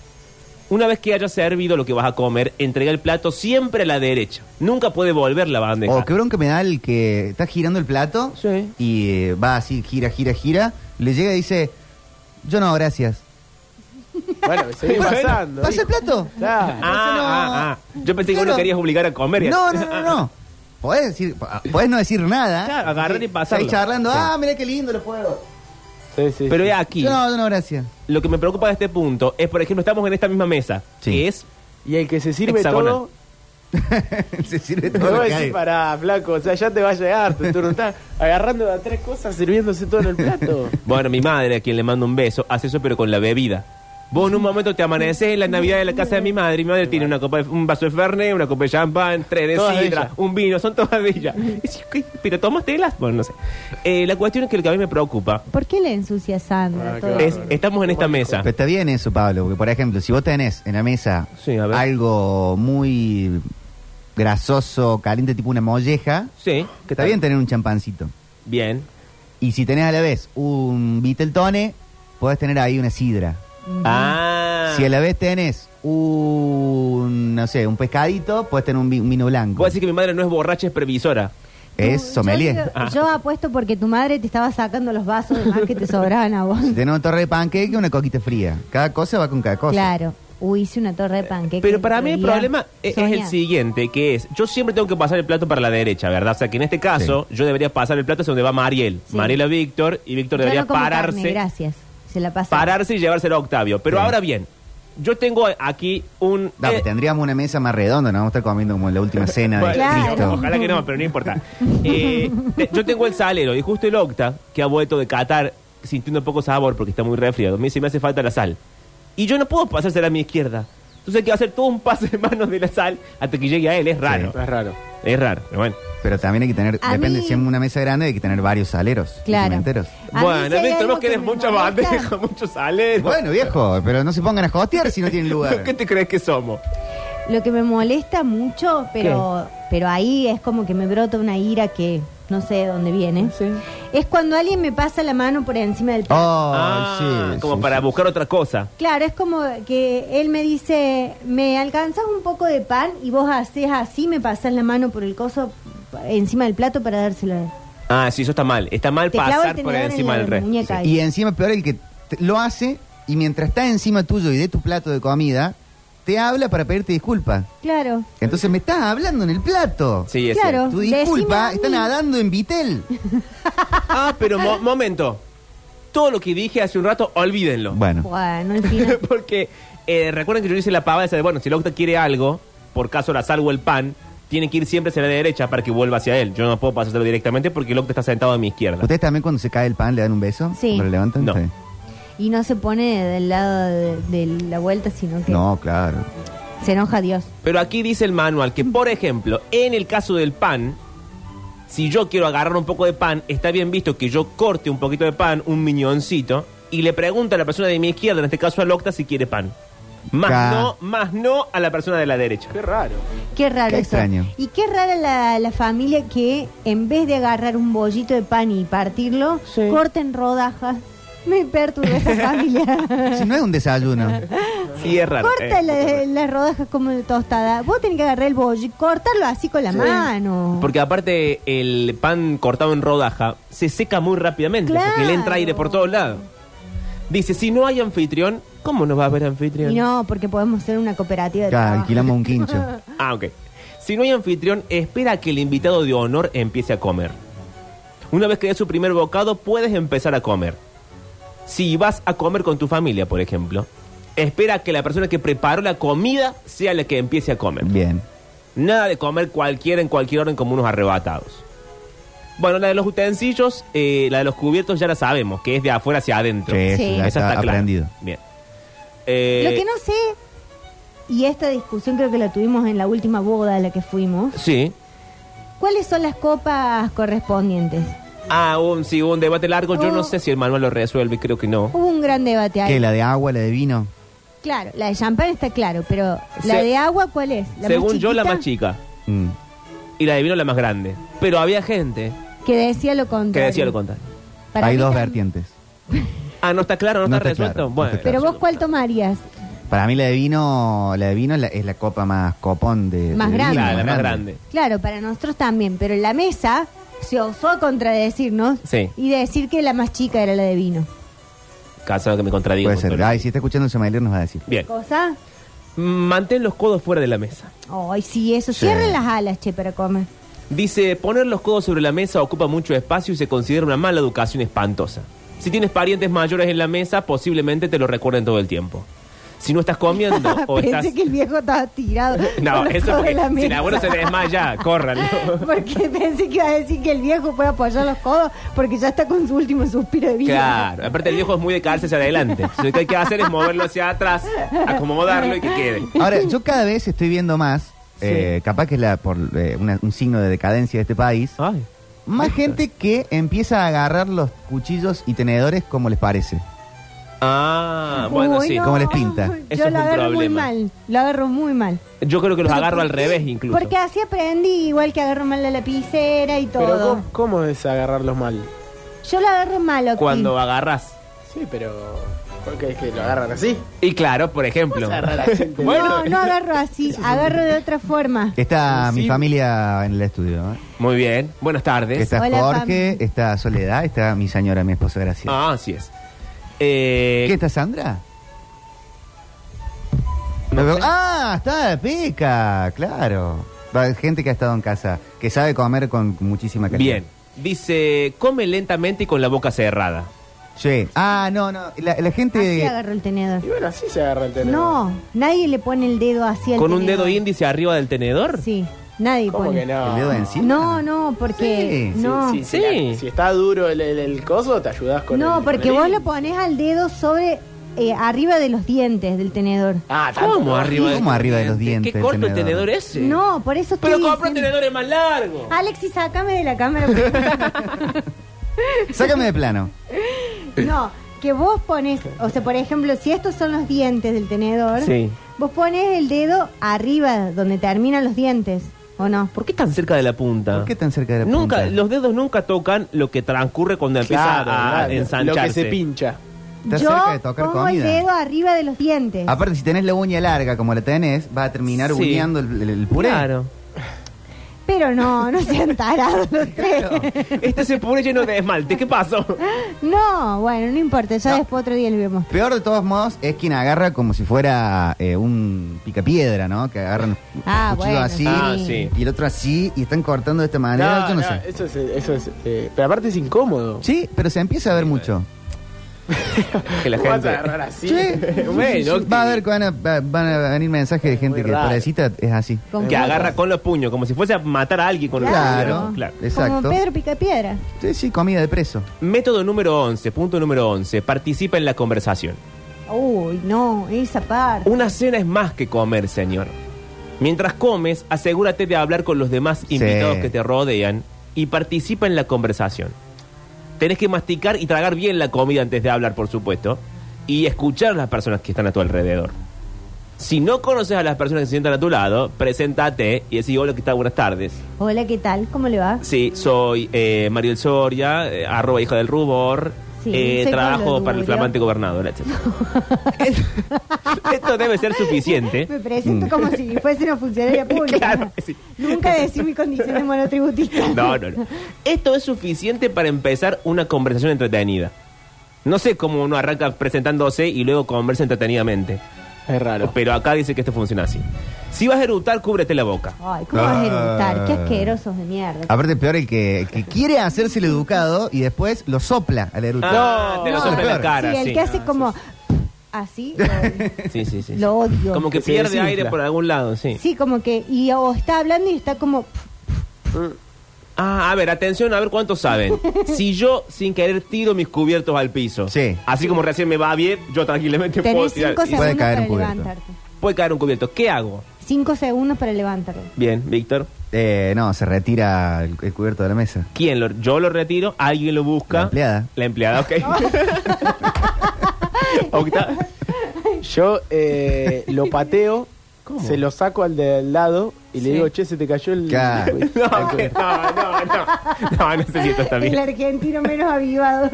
[SPEAKER 2] Una vez que hayas servido lo que vas a comer, entrega el plato siempre a la derecha. Nunca puede volver la bandeja.
[SPEAKER 1] O Oh, qué bronca me da el que está girando el plato
[SPEAKER 4] Sí.
[SPEAKER 1] y eh, va así, gira, gira, gira. Le llega y dice, yo no, gracias.
[SPEAKER 4] Bueno, sigue
[SPEAKER 2] Bueno,
[SPEAKER 1] [LAUGHS]
[SPEAKER 4] pasando.
[SPEAKER 1] ¿Pasa el
[SPEAKER 4] hijo.
[SPEAKER 1] plato?
[SPEAKER 4] Claro.
[SPEAKER 2] Ah, ah, ah. Yo pensé que vos
[SPEAKER 1] Claro.
[SPEAKER 2] no querías obligar a comer. y-
[SPEAKER 1] No, no, no, no. Podés, decir, podés no decir nada.
[SPEAKER 2] Claro, agarrar y pasarlo.
[SPEAKER 1] Ahí charlando,
[SPEAKER 2] Sí.
[SPEAKER 1] ah, mira qué lindo los juegos.
[SPEAKER 4] Sí, sí,
[SPEAKER 2] Pero
[SPEAKER 4] sí.
[SPEAKER 2] es aquí.
[SPEAKER 1] Yo no, yo no, gracias. [LAUGHS]
[SPEAKER 2] Lo que me preocupa de este punto es, por ejemplo, estamos en esta misma mesa,
[SPEAKER 1] Sí.
[SPEAKER 2] que es
[SPEAKER 4] Y el que se sirve
[SPEAKER 2] Hexagonal.
[SPEAKER 4] todo,
[SPEAKER 1] Se sirve
[SPEAKER 4] no
[SPEAKER 1] todo
[SPEAKER 4] voy
[SPEAKER 1] lo
[SPEAKER 4] a
[SPEAKER 1] que
[SPEAKER 4] decir
[SPEAKER 1] hay.
[SPEAKER 4] para flaco, o sea, ya te va a llegar tu turno. Está agarrando a tres cosas, sirviéndose todo en el plato.
[SPEAKER 2] Bueno, mi madre, a quien le mando un beso, hace eso pero con la bebida. Vos en un momento te amaneces en la Navidad de la casa de mi madre. y Mi madre tiene una copa de- un vaso de Fernet, una copa de champán, tres de
[SPEAKER 4] Todas de
[SPEAKER 2] sidra,
[SPEAKER 4] ella.
[SPEAKER 2] un vino, son todas de ella. Y decís, ¿qué? ¿Pero tomas telas? Bueno, no sé. Eh, la cuestión es que lo que a mí me preocupa
[SPEAKER 3] ¿Por qué le ensucia Sandra?
[SPEAKER 4] Ah,
[SPEAKER 3] todo?
[SPEAKER 4] claro.
[SPEAKER 2] es, estamos en esta mesa.
[SPEAKER 1] Pero está bien eso, Pablo, porque por ejemplo, si vos tenés en la mesa
[SPEAKER 2] Sí, a ver.
[SPEAKER 1] algo muy grasoso, caliente, tipo una molleja,
[SPEAKER 2] Sí,
[SPEAKER 1] que está bien tener un champancito.
[SPEAKER 2] Bien.
[SPEAKER 1] Y si tenés a la vez un Viteltone, podés tener ahí una sidra.
[SPEAKER 2] Ah.
[SPEAKER 1] Si a la vez tenés un, no sé, un pescadito, podés tener un, vi- un vino blanco.
[SPEAKER 2] Vos decís que mi madre no es borracha, es previsora.
[SPEAKER 1] Es
[SPEAKER 3] Tú-
[SPEAKER 1] sommelier.
[SPEAKER 3] Yo, digo-
[SPEAKER 2] Ah.
[SPEAKER 3] yo apuesto porque tu madre te estaba sacando los vasos de más que te
[SPEAKER 2] [LAUGHS]
[SPEAKER 3] sobraban a vos.
[SPEAKER 1] Si tenés una torre de panqueque, una coquita fría. Cada cosa va con cada cosa.
[SPEAKER 3] Claro. Uy, hice una torre de panqueques.
[SPEAKER 2] Eh, Pero para mí el
[SPEAKER 3] Todavía
[SPEAKER 2] problema e- es, el
[SPEAKER 3] soñaba.
[SPEAKER 2] siguiente, que es, yo siempre tengo que pasar el plato para la derecha, ¿verdad? O sea, que en este caso yo debería pasar el plato hacia donde va Mariel.
[SPEAKER 3] Sí.
[SPEAKER 2] Mariel a Víctor y Víctor
[SPEAKER 3] Yo
[SPEAKER 2] debería
[SPEAKER 3] no como carne,
[SPEAKER 2] pararse,
[SPEAKER 3] gracias. Se la pasa.
[SPEAKER 2] pararse y llevárselo a Octavio. Pero
[SPEAKER 1] Sí.
[SPEAKER 2] ahora bien, yo tengo aquí un...
[SPEAKER 1] No,
[SPEAKER 2] eh,
[SPEAKER 1] pero tendríamos una mesa más redonda, no vamos a estar comiendo como en la última cena de
[SPEAKER 2] Bueno,
[SPEAKER 3] Claro.
[SPEAKER 1] Cristo.
[SPEAKER 2] Ojalá que no, pero no
[SPEAKER 3] [LAUGHS]
[SPEAKER 2] importa. Eh, te- yo tengo el salero y justo el octa, que ha vuelto de Qatar sintiendo poco sabor porque está muy resfriado. Me dice, me hace falta la sal. Y yo no puedo pasársela a mi izquierda. Entonces hay que hacer todo un pase de manos de la sal hasta que llegue a él. Es raro.
[SPEAKER 4] Es raro.
[SPEAKER 2] Es raro, pero bueno.
[SPEAKER 1] Pero también hay que tener,
[SPEAKER 3] A
[SPEAKER 1] depende,
[SPEAKER 3] mí-
[SPEAKER 1] si es una mesa grande hay que tener varios saleros.
[SPEAKER 3] Claro.
[SPEAKER 1] pimenteros.
[SPEAKER 3] A mí si
[SPEAKER 2] Bueno,
[SPEAKER 3] hay
[SPEAKER 2] Víctor,
[SPEAKER 3] algo
[SPEAKER 2] vos querés
[SPEAKER 3] me
[SPEAKER 2] mucha
[SPEAKER 3] molesta-
[SPEAKER 2] bandeja, [LAUGHS] mucho salero.
[SPEAKER 1] Bueno, viejo, pero no se pongan a jotear si no tienen
[SPEAKER 2] [LAUGHS]
[SPEAKER 1] lugar.
[SPEAKER 2] ¿Qué te crees que somos?
[SPEAKER 3] Lo que me molesta mucho, pero, pero ahí es como que me brota una ira que no sé de dónde viene. Es cuando alguien me pasa la mano por encima del plato.
[SPEAKER 1] Oh,
[SPEAKER 2] Ah,
[SPEAKER 1] sí,
[SPEAKER 2] como
[SPEAKER 1] sí,
[SPEAKER 2] para
[SPEAKER 1] sí.
[SPEAKER 2] buscar otra cosa.
[SPEAKER 3] Claro, es como que él me dice, me alcanzas un poco de pan y vos haces así, me pasas la mano por el coso p- encima del plato para dárselo a él.
[SPEAKER 2] Ah, sí, eso está mal. Está mal
[SPEAKER 3] Te clavo el
[SPEAKER 2] pasar por
[SPEAKER 3] tenedor en
[SPEAKER 2] encima
[SPEAKER 3] la
[SPEAKER 2] del resto.
[SPEAKER 3] muñeca ahí.
[SPEAKER 1] Y encima peor el que te- lo hace y mientras está encima tuyo y de tu plato de comida, te habla para pedirte disculpas.
[SPEAKER 3] Claro,
[SPEAKER 1] Entonces me estás hablando en el plato.
[SPEAKER 2] Sí, es
[SPEAKER 3] Claro.
[SPEAKER 2] cierto.
[SPEAKER 1] Tu disculpa
[SPEAKER 3] Decime a mí.
[SPEAKER 1] está nadando en Vitel.
[SPEAKER 2] [LAUGHS] Ah, pero mo- momento. Todo lo que dije hace un rato, olvídenlo.
[SPEAKER 1] Bueno,
[SPEAKER 3] bueno, al final.
[SPEAKER 2] [LAUGHS] Porque eh, recuerden que yo hice la pava esa de, bueno, si el octa quiere algo, por caso la salvo el pan, tiene que ir siempre hacia la derecha para que vuelva hacia él. Yo no puedo pasárselo directamente porque el octa está sentado a mi izquierda.
[SPEAKER 1] ¿ustedes también cuando se cae el pan le dan un beso?
[SPEAKER 3] Sí.
[SPEAKER 1] ¿Lo levantan?
[SPEAKER 2] No.
[SPEAKER 1] Sí.
[SPEAKER 3] Y no se pone del lado de, de la vuelta, sino que
[SPEAKER 1] No, claro.
[SPEAKER 3] se enoja Dios.
[SPEAKER 2] Pero aquí dice el manual que, por ejemplo, en el caso del pan, si yo quiero agarrar un poco de pan, está bien visto que yo corte un poquito de pan, un miñoncito, y le pregunto a la persona de mi izquierda, en este caso al octa, si quiere pan. Más
[SPEAKER 1] Ca-
[SPEAKER 2] no, más no a la persona de la derecha.
[SPEAKER 4] Qué raro.
[SPEAKER 3] Qué raro
[SPEAKER 1] Qué
[SPEAKER 3] eso.
[SPEAKER 1] extraño.
[SPEAKER 3] Y qué rara la, la familia que en vez de agarrar un bollito de pan y partirlo,
[SPEAKER 4] Sí.
[SPEAKER 3] corten rodajas. Me perturba
[SPEAKER 1] [LAUGHS]
[SPEAKER 3] esa familia.
[SPEAKER 1] Si no es un
[SPEAKER 3] [LAUGHS]
[SPEAKER 1] desayuno.
[SPEAKER 2] Sí, es raro.
[SPEAKER 3] Corta
[SPEAKER 2] eh.
[SPEAKER 3] la- las rodajas como de tostada. Vos tenés que agarrar el bollo y cortarlo así con la mano.
[SPEAKER 2] Porque aparte el pan cortado en rodaja se seca muy rápidamente, porque le entra
[SPEAKER 3] Claro.
[SPEAKER 2] aire por todos lados. Dice, si no hay anfitrión, ¿Cómo nos va a ver anfitrión?
[SPEAKER 3] Y no, porque podemos ser una cooperativa de
[SPEAKER 1] Acá
[SPEAKER 3] trabajo.
[SPEAKER 1] alquilamos un quincho.
[SPEAKER 2] Ah, ok. Si no hay anfitrión, espera a que el invitado de honor empiece a comer. Una vez que dé su primer bocado, puedes empezar a comer. Si vas a comer con tu familia, por ejemplo, espera a que la persona que preparó la comida sea la que empiece a comer.
[SPEAKER 1] Bien.
[SPEAKER 2] Nada de comer cualquiera en cualquier orden como unos arrebatados. Bueno, la de los utensilios, eh, la de los cubiertos ya la sabemos, que es de afuera hacia adentro.
[SPEAKER 1] Sí, eso
[SPEAKER 3] Sí.
[SPEAKER 1] ya
[SPEAKER 2] Esa
[SPEAKER 1] está,
[SPEAKER 2] está clara.
[SPEAKER 1] aprendido.
[SPEAKER 2] Bien. Eh,
[SPEAKER 3] Lo que no sé, y esta discusión creo que la tuvimos en la última boda a la que fuimos,
[SPEAKER 2] Sí.
[SPEAKER 3] ¿cuáles son las copas correspondientes?
[SPEAKER 2] Ah, un, sí, hubo un debate largo. Yo no
[SPEAKER 3] Oh.
[SPEAKER 2] sé si el manual lo resuelve, creo que no.
[SPEAKER 3] Hubo un gran debate ahí.
[SPEAKER 1] ¿Qué? ¿La de agua, la de vino?
[SPEAKER 3] Claro, la de champán está claro, pero la
[SPEAKER 2] Se-
[SPEAKER 3] de agua, ¿cuál es? ¿La más
[SPEAKER 2] Según yo, la
[SPEAKER 3] chiquita?
[SPEAKER 2] más chica.
[SPEAKER 1] Mm.
[SPEAKER 2] Y la de vino, la más grande. Pero había gente
[SPEAKER 3] Que decía lo contrario.
[SPEAKER 2] que decía lo contrario.
[SPEAKER 3] Para
[SPEAKER 1] Hay
[SPEAKER 3] mí
[SPEAKER 1] dos
[SPEAKER 3] tam-
[SPEAKER 1] vertientes.
[SPEAKER 2] Ah, no está claro, no,
[SPEAKER 1] No está
[SPEAKER 2] está, resuelto.
[SPEAKER 1] claro, no
[SPEAKER 2] bueno,
[SPEAKER 1] está
[SPEAKER 3] Pero vos, ¿cuál tomarías?
[SPEAKER 1] Para mí la de vino, la de vino es la- es la copa más copón de
[SPEAKER 3] Más
[SPEAKER 1] de vino,
[SPEAKER 3] grande.
[SPEAKER 2] Claro, la más grande.
[SPEAKER 3] Claro, para nosotros también, pero la mesa se osó a contradecirnos
[SPEAKER 2] Sí.
[SPEAKER 3] y decir que la más chica era la de vino.
[SPEAKER 2] Casado que me contradigo.
[SPEAKER 1] Puede ser.
[SPEAKER 2] pero-
[SPEAKER 1] Ay, si está escuchando el sommelier nos va a decir.
[SPEAKER 2] Bien.
[SPEAKER 3] ¿Cosa?
[SPEAKER 2] Mantén los codos fuera de la mesa.
[SPEAKER 3] Ay, sí, eso.
[SPEAKER 1] Sí.
[SPEAKER 3] Cierren las alas, che, para comer.
[SPEAKER 2] Dice, poner los codos sobre la mesa ocupa mucho espacio y se considera una mala educación espantosa. Si tienes parientes mayores en la mesa, posiblemente te lo recuerden todo el tiempo. Si no estás
[SPEAKER 3] [LAUGHS]
[SPEAKER 2] comiendo o
[SPEAKER 3] Pensé
[SPEAKER 2] estás...
[SPEAKER 3] que el viejo estaba tirado.
[SPEAKER 2] [LAUGHS] No,
[SPEAKER 3] con los
[SPEAKER 2] eso
[SPEAKER 3] codos
[SPEAKER 2] porque
[SPEAKER 3] en la
[SPEAKER 2] si
[SPEAKER 3] mesa.
[SPEAKER 2] la abuela se desmaya, córranlo.
[SPEAKER 3] [LAUGHS] Porque pensé que iba a decir que el viejo puede apoyar los codos porque ya está con su último suspiro de vida.
[SPEAKER 2] Claro, aparte el viejo es muy de caerse hacia [LAUGHS] adelante. Entonces, Lo que hay que hacer es moverlo hacia atrás, acomodarlo y que quede.
[SPEAKER 3] [LAUGHS]
[SPEAKER 1] Ahora, yo cada vez estoy viendo más, eh, capaz que es la, por, eh, una- un signo de decadencia de este país,
[SPEAKER 2] Ay.
[SPEAKER 1] más gente que empieza a agarrar los cuchillos y tenedores como les parece.
[SPEAKER 2] Ah, bueno,
[SPEAKER 3] Uy,
[SPEAKER 2] sí.
[SPEAKER 3] no.
[SPEAKER 1] ¿Cómo les pinta?
[SPEAKER 2] Eso
[SPEAKER 3] Yo
[SPEAKER 2] es
[SPEAKER 3] lo
[SPEAKER 2] un
[SPEAKER 3] agarro muy
[SPEAKER 2] problema.
[SPEAKER 3] mal. Lo agarro muy mal.
[SPEAKER 2] Yo creo que los agarro al revés incluso.
[SPEAKER 3] Porque así aprendí, igual que agarro mal la lapicera y
[SPEAKER 4] Pero
[SPEAKER 3] todo.
[SPEAKER 4] ¿cómo, cómo es agarrarlos mal?
[SPEAKER 3] Yo lo agarro mal, Octi.
[SPEAKER 2] Cuando agarras.
[SPEAKER 4] Sí, pero... ¿Por qué es que lo agarran así?
[SPEAKER 2] Y claro, por ejemplo. [LAUGHS]
[SPEAKER 3] No, no agarro así, agarro de otra forma.
[SPEAKER 1] Está
[SPEAKER 2] Sí.
[SPEAKER 1] mi familia en el estudio. ¿eh?
[SPEAKER 2] Muy bien. Buenas tardes.
[SPEAKER 1] Está
[SPEAKER 3] Hola,
[SPEAKER 1] Jorge,
[SPEAKER 3] Pam.
[SPEAKER 1] está Soledad, está mi señora, mi esposa, gracias.
[SPEAKER 2] Ah, así es. Eh,
[SPEAKER 1] ¿Qué está Sandra?
[SPEAKER 2] No
[SPEAKER 1] Lo-
[SPEAKER 2] sé.
[SPEAKER 1] Ah, está de pica, claro. Va, Gente que ha estado en casa, que sabe comer con muchísima calidad.
[SPEAKER 2] bien. Dice, come lentamente y con la boca cerrada.
[SPEAKER 1] Sí. Ah, no, no. La, la
[SPEAKER 3] Así
[SPEAKER 1] gente.
[SPEAKER 3] agarro el tenedor.
[SPEAKER 4] [LAUGHS] Y bueno, así se agarra el tenedor.
[SPEAKER 3] No, nadie le pone el dedo así al
[SPEAKER 2] ¿Con un
[SPEAKER 3] tenedor.
[SPEAKER 2] dedo índice arriba del tenedor?
[SPEAKER 3] Sí, nadie
[SPEAKER 4] ¿Cómo
[SPEAKER 3] pone.
[SPEAKER 4] que no?
[SPEAKER 1] ¿El dedo de encima?
[SPEAKER 3] No, no, porque
[SPEAKER 1] Sí,
[SPEAKER 3] no.
[SPEAKER 4] Sí, sí,
[SPEAKER 2] Sí.
[SPEAKER 4] la- Si está duro el, el- el coso, te ayudas con
[SPEAKER 3] no,
[SPEAKER 4] el-
[SPEAKER 3] porque
[SPEAKER 4] con el-
[SPEAKER 3] vos lo pones al dedo sobre eh, arriba de los dientes del tenedor.
[SPEAKER 4] Ah, tanto,
[SPEAKER 2] ¿Cómo
[SPEAKER 4] ¿no?
[SPEAKER 2] arriba,
[SPEAKER 1] ¿Cómo arriba de los dientes
[SPEAKER 2] ¿Qué
[SPEAKER 1] el
[SPEAKER 2] corto el
[SPEAKER 1] tenedor?
[SPEAKER 2] tenedor ese?
[SPEAKER 3] No, por eso estoy
[SPEAKER 2] Pero compra
[SPEAKER 3] diciendo-
[SPEAKER 2] tenedores más largos.
[SPEAKER 3] Alexis, sácame de la cámara. por
[SPEAKER 2] [LAUGHS]
[SPEAKER 3] favor.
[SPEAKER 1] Sácame de plano.
[SPEAKER 3] no, que vos pones, o sea, por ejemplo, si estos son los dientes del tenedor,
[SPEAKER 2] Sí.
[SPEAKER 3] vos pones el dedo arriba donde terminan los dientes, ¿o no?
[SPEAKER 2] ¿Por qué tan cerca de la punta?
[SPEAKER 1] ¿Por qué tan cerca de la
[SPEAKER 2] nunca,
[SPEAKER 1] punta?
[SPEAKER 2] Los dedos nunca tocan lo que transcurre cuando empieza
[SPEAKER 4] Claro,
[SPEAKER 2] a
[SPEAKER 4] claro. Lo
[SPEAKER 2] ensancharse.
[SPEAKER 4] que se pincha.
[SPEAKER 1] Está
[SPEAKER 3] Yo
[SPEAKER 1] cerca de tocar
[SPEAKER 3] pongo
[SPEAKER 1] comida.
[SPEAKER 3] el dedo arriba de los dientes.
[SPEAKER 1] Aparte, si tenés la uña larga como la tenés, va a terminar
[SPEAKER 2] Sí.
[SPEAKER 1] uñando el, el- el puré.
[SPEAKER 2] Claro.
[SPEAKER 3] Pero no, no
[SPEAKER 2] [LAUGHS]
[SPEAKER 3] sean tarados los tres.
[SPEAKER 2] Este se pone lleno de esmalte. ¿Qué pasó?
[SPEAKER 3] No, bueno, no importa, ya
[SPEAKER 1] No.
[SPEAKER 3] después otro día lo vemos.
[SPEAKER 1] Peor de todos modos es quien agarra como si fuera eh, un picapiedra, ¿no? Que agarran
[SPEAKER 3] Ah,
[SPEAKER 1] un cuchillo
[SPEAKER 3] bueno,
[SPEAKER 1] así
[SPEAKER 2] Ah, sí.
[SPEAKER 1] y el otro así y están cortando de esta manera.
[SPEAKER 4] No,
[SPEAKER 1] yo no,
[SPEAKER 4] no,
[SPEAKER 1] sé.
[SPEAKER 4] Eso es, eso es, eh, pero aparte es incómodo.
[SPEAKER 1] Sí, pero se empieza a ver mucho.
[SPEAKER 2] Que la
[SPEAKER 4] ¿Cómo vas a
[SPEAKER 2] gente.
[SPEAKER 4] agarrar así?
[SPEAKER 2] [LAUGHS] Bueno,
[SPEAKER 1] va a haber que van a, va- van a venir mensajes de gente
[SPEAKER 4] muy
[SPEAKER 1] que
[SPEAKER 4] raro.
[SPEAKER 1] pobrecita es así.
[SPEAKER 3] Con-
[SPEAKER 2] Que agarra con los puños, como si fuese a matar a alguien con los
[SPEAKER 1] Claro.
[SPEAKER 2] puños. Claro.
[SPEAKER 1] Exacto.
[SPEAKER 3] Como Pedro Picapiedra.
[SPEAKER 1] Sí, sí, comida de preso.
[SPEAKER 2] Método número 11, punto número 11. Participa en la conversación.
[SPEAKER 3] Uy, no, esa parte.
[SPEAKER 2] Una cena es más que comer, señor. Mientras comes, asegúrate de hablar con los demás
[SPEAKER 1] Sí.
[SPEAKER 2] invitados que te rodean y participa en la conversación. Tenés que masticar y tragar bien la comida antes de hablar, por supuesto, y escuchar a las personas que están a tu alrededor. Si no conoces a las personas que se sientan a tu lado, preséntate y decís, hola, ¿qué tal? Buenas tardes.
[SPEAKER 3] Hola, ¿qué tal? ¿Cómo le va?
[SPEAKER 2] Sí, soy eh, Mariel Soria, eh, arroba hija del rubor.
[SPEAKER 3] Sí,
[SPEAKER 2] eh,
[SPEAKER 3] soy
[SPEAKER 2] trabajo
[SPEAKER 3] Pablo
[SPEAKER 2] para el
[SPEAKER 3] Durio.
[SPEAKER 2] flamante gobernador, etc.
[SPEAKER 3] [LAUGHS]
[SPEAKER 2] Esto debe ser suficiente.
[SPEAKER 3] Me presento como si fuese una funcionaria pública.
[SPEAKER 2] ¿Eh? Claro que sí.
[SPEAKER 3] Nunca decir mi condición de monotributista.
[SPEAKER 2] No, no, no. Esto es suficiente para empezar una conversación entretenida. No sé cómo uno arranca presentándose y luego conversa entretenidamente.
[SPEAKER 4] Es raro.
[SPEAKER 2] Pero acá dice que esto funciona así. Si vas a eructar, cúbrete la
[SPEAKER 3] [LAUGHS]
[SPEAKER 2] boca.
[SPEAKER 3] Ay, ¿cómo vas a eructar? Qué
[SPEAKER 1] Ah.
[SPEAKER 3] asquerosos de mierda.
[SPEAKER 1] Aparte, peor el que, que quiere hacerse el educado y después lo sopla al eructado.
[SPEAKER 2] Ah, te lo
[SPEAKER 3] No,
[SPEAKER 2] sopla en la
[SPEAKER 1] peor.
[SPEAKER 2] cara.
[SPEAKER 3] sí, el
[SPEAKER 2] sí.
[SPEAKER 3] que hace como así,
[SPEAKER 2] [LAUGHS]
[SPEAKER 3] lo,
[SPEAKER 2] Sí, sí, sí.
[SPEAKER 3] lo odio.
[SPEAKER 2] Como que
[SPEAKER 4] Que se
[SPEAKER 2] pierde
[SPEAKER 4] desinfla.
[SPEAKER 2] aire por algún lado, sí.
[SPEAKER 3] Sí, como que, y o está hablando y está como,
[SPEAKER 4] Mm.
[SPEAKER 2] Ah, a ver, atención, a ver cuántos
[SPEAKER 3] [LAUGHS]
[SPEAKER 2] saben. Si yo sin querer tiro mis cubiertos al piso,
[SPEAKER 1] Sí.
[SPEAKER 2] así como recién me va bien, yo tranquilamente puedo
[SPEAKER 3] tenés
[SPEAKER 2] tirar.
[SPEAKER 3] cinco
[SPEAKER 2] y
[SPEAKER 1] se-
[SPEAKER 3] segundos
[SPEAKER 1] caer
[SPEAKER 3] para
[SPEAKER 1] un cubierto.
[SPEAKER 3] levantarte.
[SPEAKER 2] puede caer un cubierto. ¿Qué hago?
[SPEAKER 3] Cinco segundos para levantarte.
[SPEAKER 2] [LAUGHS] Bien, Víctor.
[SPEAKER 1] [LAUGHS] Eh, no, se retira el, el cubierto de la mesa.
[SPEAKER 2] ¿Quién lo, yo lo retiro, alguien lo busca.
[SPEAKER 1] La empleada.
[SPEAKER 2] La empleada, ok. [LAUGHS] Octa-
[SPEAKER 4] Yo eh, lo pateo, se lo saco al de al lado y le
[SPEAKER 2] Sí.
[SPEAKER 4] digo, che, se te cayó el.
[SPEAKER 1] Claro.
[SPEAKER 4] [LAUGHS]
[SPEAKER 2] No, que- no, no, no. No, necesito esta
[SPEAKER 3] El
[SPEAKER 2] vida.
[SPEAKER 3] argentino menos avivado.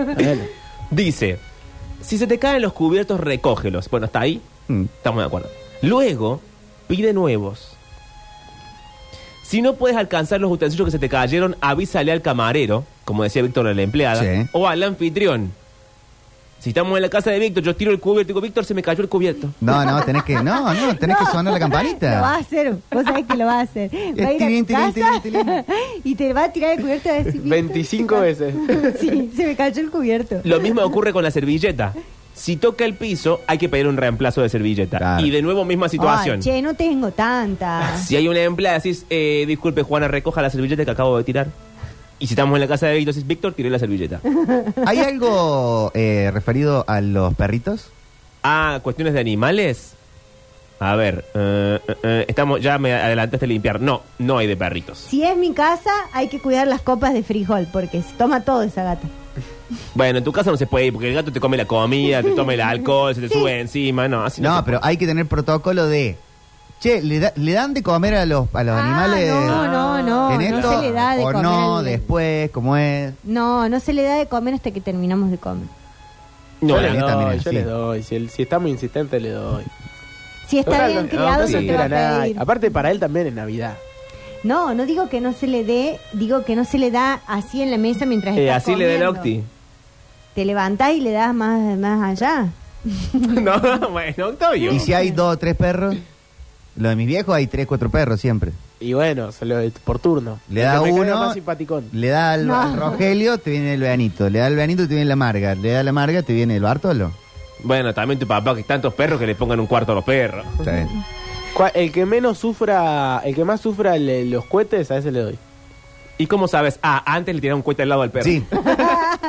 [SPEAKER 2] Dice, si se te caen los cubiertos, recógelos. Bueno, hasta ahí
[SPEAKER 1] Mm.
[SPEAKER 2] estamos de acuerdo. Luego, pide nuevos. Si no puedes alcanzar los utensilios que se te cayeron, avísale al camarero, como decía Víctor a la empleada,
[SPEAKER 1] Sí.
[SPEAKER 2] o al anfitrión. Si estamos en la casa de Víctor, yo tiro el cubierto y digo, Víctor, se me cayó el cubierto.
[SPEAKER 1] No, no, tenés que, no,
[SPEAKER 3] [LAUGHS]
[SPEAKER 1] no, tenés que sonar la
[SPEAKER 3] Lo va a
[SPEAKER 1] campanita.
[SPEAKER 3] hacer, vos sabés que lo va a hacer. Va a ir a
[SPEAKER 1] tilín,
[SPEAKER 3] tu
[SPEAKER 1] tilín,
[SPEAKER 3] casa
[SPEAKER 1] tilín, tilín.
[SPEAKER 3] y te va a tirar el cubierto de decir,
[SPEAKER 4] 25 veces.
[SPEAKER 3] [LAUGHS] Sí, se me cayó el cubierto.
[SPEAKER 2] Lo mismo ocurre con la servilleta. Si toca el piso, hay que pedir un reemplazo de servilleta.
[SPEAKER 1] Claro.
[SPEAKER 2] Y de nuevo, misma situación.
[SPEAKER 3] Ay, che, no tengo tanta.
[SPEAKER 2] Si hay una empleada, decís, eh, disculpe, Juana, recoja la servilleta que acabo de tirar. Y si estamos en la casa de Víctor, decís, Víctor, tiré la
[SPEAKER 3] [LAUGHS]
[SPEAKER 2] servilleta.
[SPEAKER 1] ¿Hay algo eh, referido a los perritos?
[SPEAKER 2] Ah, cuestiones de animales. A ver, eh, eh, eh, estamos, ya me adelantaste a limpiar. No, no hay de perritos.
[SPEAKER 3] Si es mi casa, hay que cuidar las copas de frijol, porque se toma todo esa gata.
[SPEAKER 2] Bueno, en tu casa no se puede ir porque el gato te come la comida, te toma el alcohol, se te
[SPEAKER 3] Sí.
[SPEAKER 2] sube encima, no, así no.
[SPEAKER 1] No,
[SPEAKER 2] se
[SPEAKER 1] pero hay que tener protocolo de. Che, ¿le, da- le dan de comer a los, a los animales
[SPEAKER 3] Ah, no, no, no.
[SPEAKER 1] en esto?
[SPEAKER 3] No se le da de
[SPEAKER 1] o
[SPEAKER 3] comer.
[SPEAKER 1] no,
[SPEAKER 3] al-
[SPEAKER 1] después, ¿cómo es?
[SPEAKER 3] No, no se le da de comer hasta que terminamos de comer.
[SPEAKER 2] puede. No,
[SPEAKER 4] yo
[SPEAKER 2] la-
[SPEAKER 4] le
[SPEAKER 1] no,
[SPEAKER 4] doy,
[SPEAKER 1] también
[SPEAKER 4] yo
[SPEAKER 1] así.
[SPEAKER 4] le doy. Si, el- si está muy insistente, le doy.
[SPEAKER 3] Si está
[SPEAKER 4] Total,
[SPEAKER 3] bien
[SPEAKER 4] no-
[SPEAKER 3] criado,
[SPEAKER 4] no
[SPEAKER 3] se
[SPEAKER 4] se
[SPEAKER 3] te va
[SPEAKER 4] entera
[SPEAKER 3] a
[SPEAKER 4] nada.
[SPEAKER 3] pedir.
[SPEAKER 4] Aparte, para él también es Navidad.
[SPEAKER 3] No, no digo que no se le dé, digo que no se le da así en la mesa mientras
[SPEAKER 2] Eh,
[SPEAKER 3] estás
[SPEAKER 2] así le da el
[SPEAKER 3] comiendo.
[SPEAKER 2] Octi. [LAUGHS]
[SPEAKER 3] Te levantás y le das más, más allá.
[SPEAKER 2] no, bueno, Octavio.
[SPEAKER 1] ¿Y si hay dos o tres perros? Lo de mis viejos hay tres, cuatro perros siempre.
[SPEAKER 4] Y bueno, se lo, por turno.
[SPEAKER 1] Le
[SPEAKER 4] El
[SPEAKER 1] da
[SPEAKER 4] que me caiga
[SPEAKER 1] uno,
[SPEAKER 4] más simpaticón.
[SPEAKER 1] le da al,
[SPEAKER 3] No.
[SPEAKER 1] al Rogelio, te viene el Benito. Le da al Benito, te viene la Marga. Le da a la Marga, te viene el Bartolo.
[SPEAKER 2] Bueno, también tu papá, que hay tantos perros que le pongan un cuarto a los perros.
[SPEAKER 1] Está bien.
[SPEAKER 4] Cua- El que menos sufra, el que más sufra el- los cohetes, a ese le
[SPEAKER 3] [LAUGHS]
[SPEAKER 4] doy.
[SPEAKER 2] ¿Y cómo sabes? Ah, antes le tiraron un cohete al lado al perro.
[SPEAKER 1] Sí,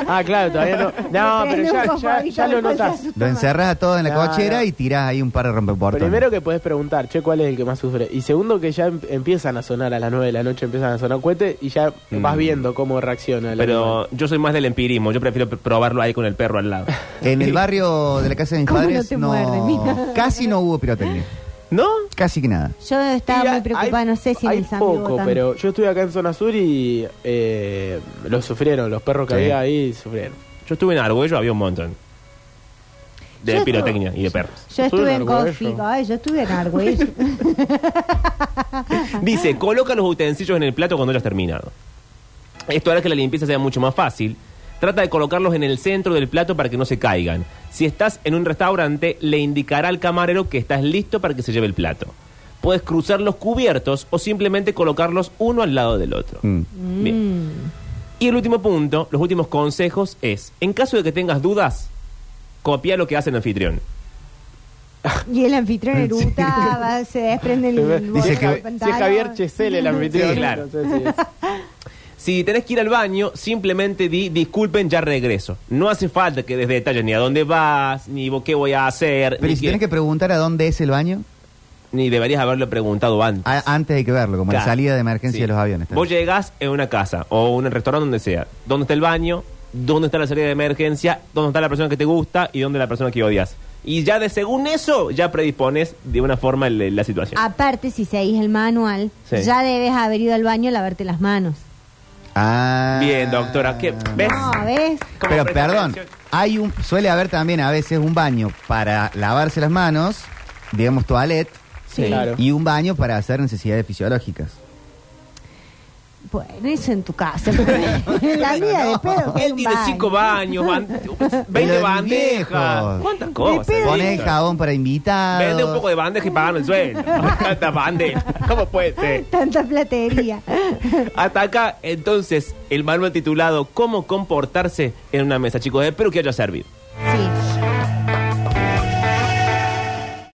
[SPEAKER 4] Ah, claro, todavía no. No, pero
[SPEAKER 3] Prende un
[SPEAKER 4] ya, ya,
[SPEAKER 3] cosmopolita,
[SPEAKER 4] ya lo
[SPEAKER 3] después se
[SPEAKER 4] notas.
[SPEAKER 3] asusta
[SPEAKER 1] lo
[SPEAKER 3] más.
[SPEAKER 1] encerras a todos en la
[SPEAKER 4] No,
[SPEAKER 1] cochera
[SPEAKER 4] no.
[SPEAKER 1] y tirás ahí un par de rompeportones.
[SPEAKER 4] Primero que puedes preguntar, che, ¿cuál es el que más sufre? Y segundo que ya em- empiezan a sonar a las 9 de la noche, empiezan a sonar cohetes y ya
[SPEAKER 1] Mm.
[SPEAKER 4] vas viendo cómo reacciona. el animal.
[SPEAKER 2] Pero yo soy más del empirismo, yo prefiero pr- probarlo ahí con el perro al lado.
[SPEAKER 1] En el barrio de la casa de mis
[SPEAKER 3] ¿Cómo no
[SPEAKER 1] padres,
[SPEAKER 3] te muerde, mira?
[SPEAKER 1] casi no hubo pirotecnia.
[SPEAKER 2] ¿No?
[SPEAKER 1] Casi que nada.
[SPEAKER 3] Yo estaba
[SPEAKER 4] Mira,
[SPEAKER 3] muy preocupada,
[SPEAKER 4] hay-
[SPEAKER 3] no sé si en
[SPEAKER 4] hay
[SPEAKER 3] el San
[SPEAKER 4] poco, pero yo estuve acá en zona sur y eh, lo sufrieron, los perros que
[SPEAKER 1] Sí.
[SPEAKER 4] había ahí sufrieron.
[SPEAKER 2] Yo estuve en Argüello, había un montón. De
[SPEAKER 3] Yo
[SPEAKER 2] pirotecnia y de perros.
[SPEAKER 3] Yo
[SPEAKER 4] Estuve
[SPEAKER 3] estuve
[SPEAKER 4] en
[SPEAKER 3] en
[SPEAKER 4] Argüello.
[SPEAKER 3] Cosfico, ay, yo estuve en Argüello.
[SPEAKER 2] Dice, coloca los utensilios en el plato cuando hayas terminado. Esto hará que la limpieza sea mucho más fácil. Trata de colocarlos en el centro del plato para que no se caigan. Si estás en un restaurante, le indicará al camarero que estás listo para que se lleve el plato. Puedes cruzar los cubiertos o simplemente colocarlos uno al lado del otro.
[SPEAKER 1] Mm.
[SPEAKER 2] Bien.
[SPEAKER 3] Mm.
[SPEAKER 2] Y el último punto, los últimos consejos es, en caso de que tengas dudas, copia lo que hace el anfitrión.
[SPEAKER 3] Y el anfitrión eruta, va, se desprende el. el
[SPEAKER 1] Dice
[SPEAKER 3] bolso
[SPEAKER 4] Si es
[SPEAKER 1] que-
[SPEAKER 3] del
[SPEAKER 4] Javi- si es
[SPEAKER 3] pantalón.
[SPEAKER 4] Javier Chesel el anfitrión.
[SPEAKER 2] Sí, claro.
[SPEAKER 4] no sé si es.
[SPEAKER 2] Si tenés que ir al baño, simplemente di, disculpen, ya regreso. No hace falta que des detalles ni a dónde vas, ni vo- qué voy a hacer,
[SPEAKER 1] Pero
[SPEAKER 2] ni,
[SPEAKER 1] ¿y si
[SPEAKER 2] qué-
[SPEAKER 1] tienes que preguntar a dónde es el baño,
[SPEAKER 2] ni deberías haberlo preguntado antes.
[SPEAKER 1] a- antes hay que verlo, Ah, como la
[SPEAKER 2] Claro.
[SPEAKER 1] salida de emergencia
[SPEAKER 2] Sí.
[SPEAKER 1] de los aviones.
[SPEAKER 2] Vos llegás en una casa o un restaurante donde sea. ¿Dónde está el baño? ¿Dónde está la salida de emergencia? ¿Dónde está la persona que te gusta? ¿Y dónde la persona que odias? Y ya de según eso, ya predispones de una forma el- la situación.
[SPEAKER 3] Aparte, si seguís el manual,
[SPEAKER 2] Sí.
[SPEAKER 3] ya debes haber ido al baño a lavarte las manos.
[SPEAKER 1] Ah.
[SPEAKER 2] Bien, doctora, ¿qué- ves?
[SPEAKER 3] No, ¿ves?
[SPEAKER 2] ¿Cómo
[SPEAKER 1] Pero
[SPEAKER 2] presta
[SPEAKER 1] perdón,
[SPEAKER 2] atención?
[SPEAKER 1] hay un suele haber también a veces un baño para lavarse las manos, digamos toilet,
[SPEAKER 4] Sí. Claro.
[SPEAKER 1] y un baño para hacer necesidades fisiológicas.
[SPEAKER 3] Bueno, eso en tu casa. [LAUGHS] En la mía, de pedo. fue
[SPEAKER 2] Él
[SPEAKER 3] un
[SPEAKER 2] tiene
[SPEAKER 3] baño.
[SPEAKER 2] cinco baños,
[SPEAKER 1] [LAUGHS]
[SPEAKER 2] ban-
[SPEAKER 1] Pero de
[SPEAKER 2] 20
[SPEAKER 1] mi
[SPEAKER 2] bandejas.
[SPEAKER 1] viejo.
[SPEAKER 2] ¿Cuántas cosas?
[SPEAKER 3] Pero-
[SPEAKER 1] Poné
[SPEAKER 2] Víctor?
[SPEAKER 1] jabón para invitados.
[SPEAKER 2] Vende un poco de bandeja y pagan el sueldo. Tanta bandeja. ¿Cómo puede ser?
[SPEAKER 3] Tanta platería.
[SPEAKER 2] Hasta acá, entonces, el manual titulado ¿Cómo comportarse en una mesa, chicos? Espero que haya servido.
[SPEAKER 3] Sí.